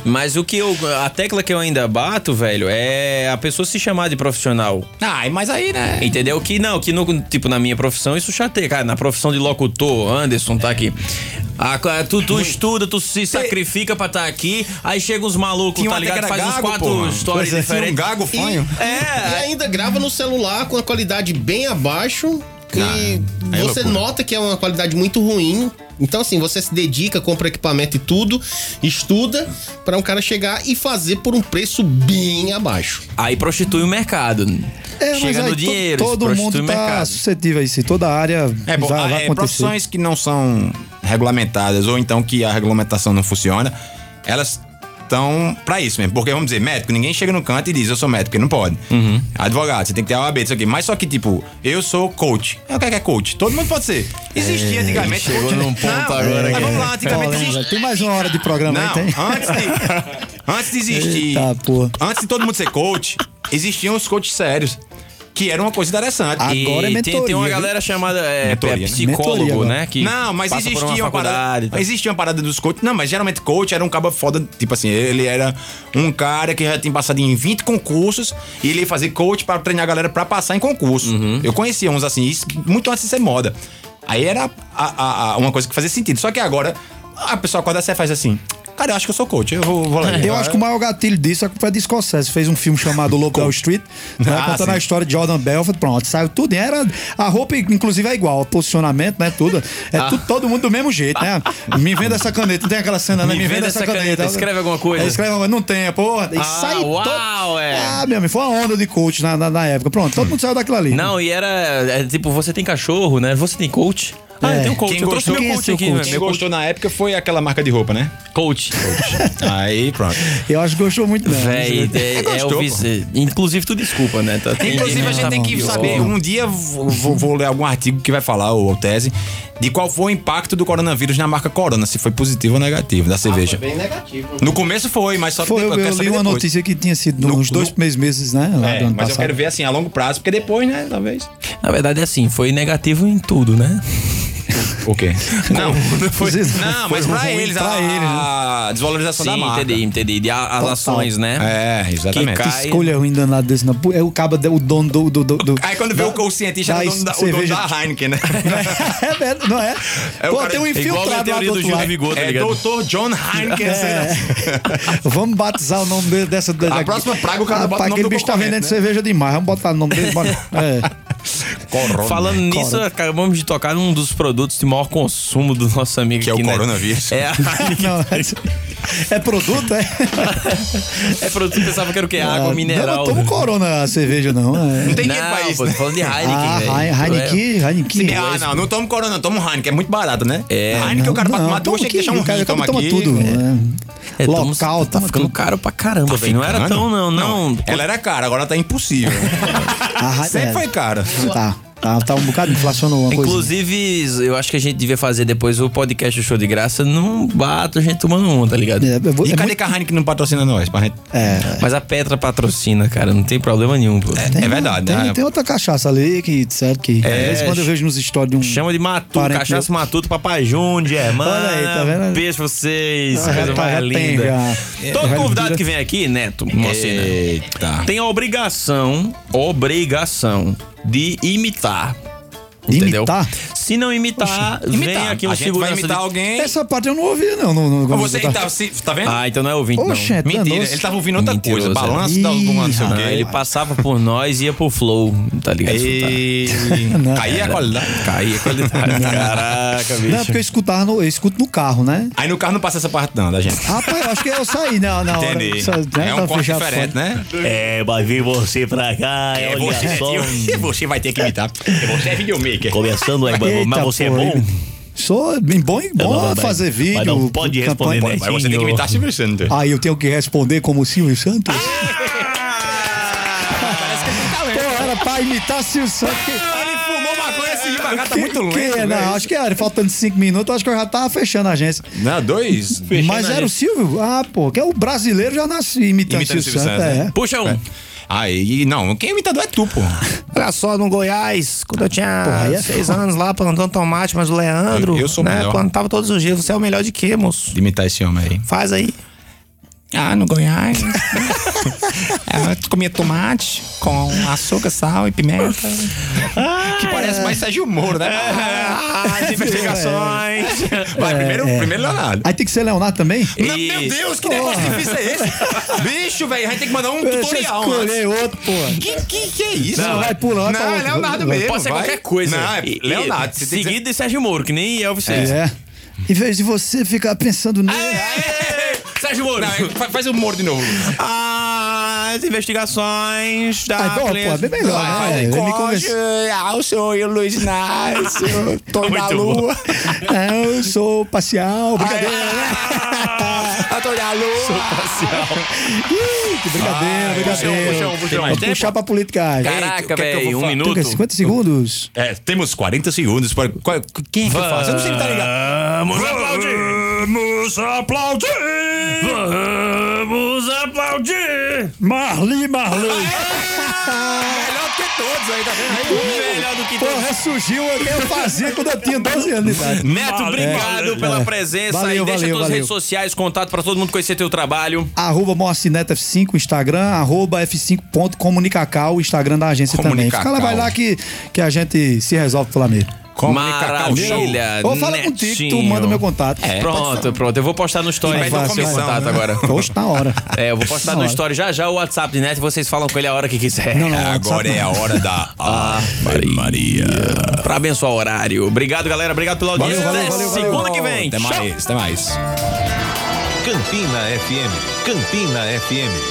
Speaker 4: Mas o que eu. A tecla que eu ainda bato, velho, é a pessoa se chamar de profissional.
Speaker 3: Ah, mas aí, né?
Speaker 4: Entendeu? Que não, que no, tipo, na minha profissão isso chateia, cara. Na profissão de locutor, Anderson tá aqui. Ah, cara, tu, tu estuda, tu se sacrifica pra estar aqui, aí chega uns malucos,
Speaker 3: Tinha
Speaker 4: tá
Speaker 3: uma
Speaker 4: ligado?
Speaker 3: tecla
Speaker 4: Faz uns
Speaker 3: gago,
Speaker 4: quatro
Speaker 3: porra.
Speaker 4: stories
Speaker 3: Pois é, tinha um
Speaker 4: diferentes.
Speaker 3: gago
Speaker 5: E,
Speaker 3: fanho.
Speaker 5: e ainda grava no celular com a qualidade bem abaixo. E
Speaker 3: aí é
Speaker 5: você
Speaker 3: loucura.
Speaker 5: nota que é uma qualidade muito ruim. Então, assim, você se dedica, compra equipamento e tudo, estuda, pra um cara chegar e fazer por um preço bem abaixo.
Speaker 4: Aí prostitui o mercado.
Speaker 8: É, mas
Speaker 4: chega
Speaker 8: aí
Speaker 4: no
Speaker 8: to-
Speaker 4: dinheiro,
Speaker 8: todo
Speaker 4: prostitui
Speaker 8: mundo
Speaker 4: o
Speaker 8: tá
Speaker 4: mercado.
Speaker 8: suscetível a isso. e Toda área
Speaker 3: É, bom,
Speaker 8: vai,
Speaker 3: ah,
Speaker 8: vai
Speaker 3: é,
Speaker 8: acontecer.
Speaker 3: profissões que não são regulamentadas ou então que a regulamentação não funciona, elas cartão pra isso mesmo. Porque, vamos dizer, médico, ninguém chega no canto e diz, eu sou médico, porque não pode.
Speaker 4: Uhum.
Speaker 3: Advogado, você tem que ter a OAB, isso aqui. Mas só que, tipo, eu sou coach. É o que é que é coach? Todo mundo pode ser. Existia antigamente.
Speaker 10: chegou
Speaker 3: coach, né?
Speaker 10: num ponto
Speaker 3: Não,
Speaker 10: agora
Speaker 3: Mas
Speaker 10: que-
Speaker 3: vamos
Speaker 8: É.
Speaker 3: lá, antigamente existia.
Speaker 8: Polêmica. Tem mais uma hora de programa
Speaker 3: Não,
Speaker 8: aí, tem?
Speaker 3: antes de, antes de existir.
Speaker 8: Eita, porra.
Speaker 3: Antes de todo mundo ser coach, existiam os coaches sérios. Que era uma coisa interessante.
Speaker 8: Ah, Agora é
Speaker 4: E tem, tem
Speaker 8: mentoria,
Speaker 4: uma
Speaker 8: viu?
Speaker 4: galera chamada é,
Speaker 3: Mentoria,
Speaker 4: é
Speaker 3: né?
Speaker 8: Mentoria
Speaker 4: psicólogo,
Speaker 8: agora.
Speaker 4: né? Que
Speaker 3: não, mas
Speaker 4: passa por
Speaker 3: existia uma,
Speaker 4: faculdade
Speaker 3: parada.
Speaker 4: e tal.
Speaker 3: Existia uma parada dos coaches. Não, mas geralmente coach era um cabo foda. Tipo assim, ele era um cara que já tinha passado em 20 concursos e ele ia fazer coach pra treinar a galera pra passar em concurso. Eu conhecia uns assim, isso muito antes de ser moda. Aí era a- a- a- uma coisa que fazia sentido. Só que agora, a pessoa acorda e faz assim. Cara, eu acho que eu sou coach, eu vou, vou lá.
Speaker 8: Eu acho que o maior gatilho disso é que o Fred Scorsese fez um filme chamado Lobo Wall Street, né,
Speaker 3: Ah,
Speaker 8: contando
Speaker 3: sim.
Speaker 8: a história de Jordan Belfort, pronto, saiu tudo. E era, a roupa, inclusive, é igual, o posicionamento, né, tudo. É tudo, todo mundo do mesmo jeito, né? Me venda essa caneta, não tem aquela cena, né? Me venda essa caneta.
Speaker 4: escreve alguma coisa.
Speaker 8: É, escreve alguma coisa, não tem, é porra. E
Speaker 4: Ah,
Speaker 8: sai
Speaker 4: uau,
Speaker 8: todo-
Speaker 4: é.
Speaker 8: Ah, meu amigo, foi uma onda de coach na, na, na época. Pronto, todo mundo saiu daquilo ali.
Speaker 4: Não, e era é, tipo, você tem cachorro, né? Você tem coach? Ah,
Speaker 8: É.
Speaker 4: eu tenho coach.
Speaker 3: Quem
Speaker 4: eu trouxe
Speaker 3: gostou-
Speaker 4: meu
Speaker 8: quem é
Speaker 4: coach
Speaker 8: seu
Speaker 4: aqui.
Speaker 8: coach?
Speaker 3: Quem
Speaker 4: Meu coach.
Speaker 3: gostou na época foi aquela marca de roupa, né?
Speaker 4: coach.
Speaker 3: Aí, pronto.
Speaker 8: Eu acho que gostou muito, não.
Speaker 4: Véi, é, é,
Speaker 3: gostou,
Speaker 4: Elvis, é, inclusive tu desculpa, né? Tá- tem-
Speaker 3: Inclusive, a gente tem que saber. Um dia vou, vou- vou ler algum artigo que vai falar, ou, ou tese, de qual foi o impacto do coronavírus na marca Corona, se foi positivo ou negativo, da cerveja.
Speaker 5: Bem negativo.
Speaker 3: No começo foi, mas só que
Speaker 8: Foi, eu,
Speaker 3: depois,
Speaker 8: eu
Speaker 3: quero
Speaker 8: li
Speaker 3: saber
Speaker 8: uma
Speaker 3: depois.
Speaker 8: notícia que tinha sido
Speaker 3: No-
Speaker 8: nos dois
Speaker 3: no-
Speaker 8: primeiros meses, né? Lá
Speaker 3: É,
Speaker 8: do ano
Speaker 3: mas eu
Speaker 8: passado.
Speaker 3: quero ver assim, a longo prazo, porque depois, né, talvez.
Speaker 4: Na verdade é assim, foi negativo em tudo, né?
Speaker 3: O quê? Não,
Speaker 8: Foi-
Speaker 3: não mas pra
Speaker 8: ruim
Speaker 3: eles,
Speaker 8: pra
Speaker 3: a,
Speaker 8: eles, né?
Speaker 3: a desvalorização da
Speaker 4: Sim,
Speaker 3: marca.
Speaker 4: entendi, entendi. De a- as ações, né?
Speaker 3: É, exatamente.
Speaker 4: Que cai-
Speaker 8: Escolha ruim danado desse não. Pô, É o cabo, de- o dono do. do, do, do-
Speaker 3: Aí quando vê
Speaker 8: da-
Speaker 3: o, o cientista, é o dono da, o dono
Speaker 8: cerveja-
Speaker 3: da Heineken, né?
Speaker 8: é, velho, não é?
Speaker 3: É, o
Speaker 8: Pô,
Speaker 3: cara-
Speaker 8: tem um
Speaker 3: é
Speaker 4: Igual a
Speaker 8: infiltrado lá do
Speaker 4: teoria do
Speaker 8: outro
Speaker 4: Gil do
Speaker 8: lado.
Speaker 4: Vigor, tá
Speaker 3: É
Speaker 4: ligado?
Speaker 3: Dr. John Heineken. sei lá.
Speaker 8: É. Vamos batizar o nome dele dessa. da-
Speaker 3: né? próxima praga o cara
Speaker 8: Rapaz,
Speaker 3: bota o nome do
Speaker 8: aquele bicho tá
Speaker 3: concorrente,
Speaker 8: vendendo
Speaker 3: né?
Speaker 8: cerveja demais. Vamos botar o nome dele. Bora. É.
Speaker 3: Corona.
Speaker 4: Falando nisso, acabamos de tocar num dos produtos de maior consumo do nosso amigo
Speaker 3: Que é
Speaker 4: aqui,
Speaker 3: o
Speaker 4: né?
Speaker 3: coronavírus.
Speaker 4: É, a-
Speaker 8: Não, é, é produto, é?
Speaker 4: é produto que pensava que era o quê? Água,
Speaker 8: Ah, Não,
Speaker 4: mineral. né?
Speaker 8: não toma corona a cerveja, não. É.
Speaker 3: Não tem dinheiro pra
Speaker 4: Não,
Speaker 3: isso.
Speaker 4: pô,
Speaker 3: né?
Speaker 4: tô falando de Heineken,
Speaker 8: Ah,
Speaker 4: velho. é,
Speaker 8: Heine- Heineken, Heineken.
Speaker 3: Ah, não, não tomo Corona, tomo Heineken, é muito barato, né? É. Heineken o cara pra
Speaker 8: Não,
Speaker 3: tomar duas
Speaker 8: toma
Speaker 3: tem que
Speaker 8: aqui,
Speaker 3: deixar um
Speaker 8: o cara
Speaker 3: rio, toma
Speaker 8: acaba
Speaker 3: aqui.
Speaker 8: tomando tudo.
Speaker 4: É,
Speaker 8: É.
Speaker 4: tamo-
Speaker 8: Local,
Speaker 4: tá
Speaker 8: toma
Speaker 4: ficando
Speaker 8: tudo.
Speaker 4: caro pra caramba,
Speaker 3: Tá
Speaker 4: velho. Não era
Speaker 3: ficando? é
Speaker 4: tão, não, não.
Speaker 3: Ela era cara, agora tá impossível.
Speaker 8: A Heine-
Speaker 3: Sempre foi cara.
Speaker 8: Ah, é. Tá, tá, tá um bocado inflacionou uma coisa.
Speaker 4: Inclusive, eu acho que a gente devia fazer depois o podcast do Show de Graça num bato, a gente tomando um, tá ligado?
Speaker 8: É, eu vou-
Speaker 3: E
Speaker 8: é
Speaker 3: cadê
Speaker 8: muito-
Speaker 3: que a Heineken não patrocina nós? pra gente-
Speaker 8: é,
Speaker 4: Mas a Petra patrocina, cara, não tem problema nenhum, pô.
Speaker 3: É verdade,
Speaker 8: tem, um-
Speaker 3: né? É,
Speaker 8: tem outra cachaça ali que, certo, que de vez em quando eu vejo nos stories de um...
Speaker 4: Chama de Matuto,
Speaker 8: Parente
Speaker 4: cachaça Matuto, Papai Júnior, Germana.
Speaker 8: Olha aí, tá vendo?
Speaker 4: Beijo pra vocês,
Speaker 8: Ah,
Speaker 4: coisa
Speaker 8: já tá-
Speaker 4: mais
Speaker 8: já tem,
Speaker 4: linda.
Speaker 8: já.
Speaker 4: Todo
Speaker 8: Já
Speaker 4: convidado
Speaker 8: vira-
Speaker 4: que vem aqui, Neto, Mocena,
Speaker 3: Eita.
Speaker 4: tem a obrigação, obrigação de imitar.
Speaker 8: De
Speaker 4: entendeu?
Speaker 8: imitar?
Speaker 4: Se não imitar, vem
Speaker 3: Imitar.
Speaker 4: aqui um
Speaker 3: a gente vai
Speaker 4: segurança.
Speaker 3: imitar
Speaker 4: de-
Speaker 3: alguém.
Speaker 8: Essa parte eu não ouvi, não. não, não
Speaker 3: Mas Você
Speaker 8: tá-
Speaker 3: tá, se- tá vendo?
Speaker 4: Ah, então não é ouvinte, não.
Speaker 8: Oxe, é
Speaker 3: Mentira,
Speaker 8: danoso.
Speaker 3: ele tava ouvindo outra coisa.
Speaker 4: Mentiroso,
Speaker 3: Balanço
Speaker 8: é.
Speaker 3: da alguma, não sei o
Speaker 4: Ah, ele
Speaker 3: quê.
Speaker 4: passava por nós e ia pro flow, tá ligado?
Speaker 3: E...
Speaker 8: Não.
Speaker 3: Caí a é qualidade.
Speaker 4: Caía a qualidade. Caraca, bicho.
Speaker 8: Não, é porque eu, escutava no, eu escuto no carro, né?
Speaker 3: Aí no carro não passa essa parte não, da gente.
Speaker 8: Rapaz, eu acho que eu saí na, na hora.
Speaker 3: Entendi.
Speaker 8: Sa- né,
Speaker 3: É
Speaker 8: tava
Speaker 3: um corte
Speaker 8: fechado
Speaker 3: diferente,
Speaker 8: fora.
Speaker 3: né?
Speaker 10: É, mas vim você pra cá,
Speaker 3: É, você, tio, você vai ter que imitar. Você é videomaker.
Speaker 10: Começando aí,
Speaker 8: Eita, pô, Sou bem bom, em- bom
Speaker 10: é não,
Speaker 8: a
Speaker 10: mas-
Speaker 8: fazer
Speaker 10: mas
Speaker 8: vídeo.
Speaker 10: não um pode
Speaker 8: campanha.
Speaker 10: responder, né?
Speaker 3: Mas você tem que imitar Silvio Santos.
Speaker 8: Aí eu tenho que responder como Silvio
Speaker 3: Ah!
Speaker 8: Santos?
Speaker 3: é
Speaker 8: Pô, era pra imitar Silvio Santos. que-
Speaker 3: Ah, Ele fumou maconha esse devagar, tá
Speaker 8: que-
Speaker 3: muito
Speaker 8: que- é,
Speaker 3: lento.
Speaker 8: não,
Speaker 3: velho.
Speaker 8: acho que era, faltando cinco minutos, acho que eu já tava fechando a agência.
Speaker 3: Não, dois.
Speaker 8: Mas era o Silvio? Ah, pô, que é o brasileiro já nasce imitando,
Speaker 3: Imitando
Speaker 8: Silvio
Speaker 3: Silvio
Speaker 8: Santos.
Speaker 3: Santos,
Speaker 8: é.
Speaker 3: né?
Speaker 4: Puxa um.
Speaker 3: Aí, não, quem é imitador é tu, pô.
Speaker 2: Olha só, no Goiás, quando eu tinha
Speaker 8: Porra,
Speaker 3: Ah,
Speaker 8: aí é
Speaker 2: seis anos lá, plantando tomate, mas o Leandro,
Speaker 3: Eu- eu sou o
Speaker 2: né,
Speaker 3: melhor.
Speaker 2: plantava todos os dias. Você é o melhor de quê, moço?
Speaker 3: De imitar esse homem aí.
Speaker 2: Faz aí.
Speaker 3: Ah, no Goiás. Ela comia tomate com açúcar, sal e pimenta. que parece mais Sérgio Moro, né? Ah, de investigações. Vai, primeiro, primeiro Leonardo.
Speaker 8: Aí tem que ser Leonardo também?
Speaker 3: É, Não, Meu Deus, que negócio difícil é esse? Bicho, velho, a gente tem que mandar um
Speaker 8: Deixa eu
Speaker 3: tutorial. antes.
Speaker 8: escolher outro, pô.
Speaker 3: Que, que, que é isso?
Speaker 8: Não,
Speaker 3: velho?
Speaker 8: vai pular, vai pra
Speaker 3: Não, é
Speaker 8: outro.
Speaker 3: Leonardo
Speaker 8: Vai.
Speaker 3: mesmo.
Speaker 4: Pode ser
Speaker 3: vai.
Speaker 4: qualquer coisa.
Speaker 3: Não, é
Speaker 4: E-
Speaker 3: Leonardo.
Speaker 4: E,
Speaker 3: você tem que ser-
Speaker 4: seguido de Sérgio Moro, que nem Elvis é.
Speaker 8: É. Em vez de você ficar pensando nele.
Speaker 3: Ah,
Speaker 4: Sérgio Moro.
Speaker 3: É. Não, é- fa- faz o Moro de novo.
Speaker 4: As investigações da...
Speaker 8: Ah, então, pô, é bem melhor,
Speaker 3: Vai,
Speaker 8: né?
Speaker 3: faz aí.
Speaker 8: Ele me
Speaker 3: Jorge,
Speaker 8: convenceu.
Speaker 3: ah, o senhor e o Luiz Inácio, Tony da
Speaker 4: Muito bom.
Speaker 8: "É,
Speaker 3: Lua. é. né?
Speaker 8: Ah, Eu sou parcial, brincadeira.
Speaker 3: Ah, Gato de alô.
Speaker 8: Ih, que brincadeira,
Speaker 3: Vai,
Speaker 8: brincadeira.
Speaker 3: puxão, puxão, puxão.
Speaker 8: Tem que
Speaker 3: Tempo?
Speaker 8: puxar pra política.
Speaker 3: Caraca,
Speaker 8: Eita, o que é que eu
Speaker 3: velho,
Speaker 8: vou
Speaker 3: um
Speaker 8: falar?
Speaker 3: minuto.
Speaker 8: Tem 50 segundos.
Speaker 3: É, temos 40 segundos para. qual- quem é que faz? Eu não sei que tá ligado. Vamos aplaudir! Vamos aplaudir! Vamos aplaudir!
Speaker 8: Marli, Marli.
Speaker 3: Ah, Melhor do que todos aí, tá vendo? Aí, melhor do que todos.
Speaker 8: Porra, surgiu o que eu fazia quando eu tinha 12 anos de idade.
Speaker 4: Neto, obrigado
Speaker 8: é.
Speaker 4: pela presença
Speaker 8: Valeu,
Speaker 4: aí. Deixa
Speaker 8: valeu,
Speaker 4: tuas
Speaker 8: valeu.
Speaker 4: redes sociais, contato pra todo mundo conhecer teu trabalho.
Speaker 8: Arroba Moacineta F5, Instagram, arroba F5.comunicacau, o Instagram da agência também. Fica lá,
Speaker 3: Comunicacau.
Speaker 8: vai lá que, que a gente se resolve pelo amigo.
Speaker 3: Comunicacau Show.
Speaker 4: Maravilha.
Speaker 8: Ou fala contigo, que tu manda meu contato.
Speaker 4: É, pronto, pronto. Eu vou postar no story.
Speaker 8: Vai
Speaker 4: Vai dar
Speaker 8: fácil,
Speaker 4: comissão
Speaker 8: vai.
Speaker 3: né?
Speaker 4: contato agora.
Speaker 8: Poxa, tá na hora.
Speaker 4: É, eu vou postar no
Speaker 8: Olha.
Speaker 4: story já já o WhatsApp de Neto e vocês falam com ele a hora que quiser. Ah,
Speaker 8: não,
Speaker 3: Agora é a hora da Ave Maria.
Speaker 4: Pra abençoar o horário. Obrigado, galera. Obrigado pela audiência.
Speaker 8: valeu,
Speaker 4: Até
Speaker 8: valeu, valeu.
Speaker 4: Segunda que vem.
Speaker 3: Até
Speaker 4: Tchau.
Speaker 3: mais, até mais.
Speaker 6: Campina FM. Campina FM.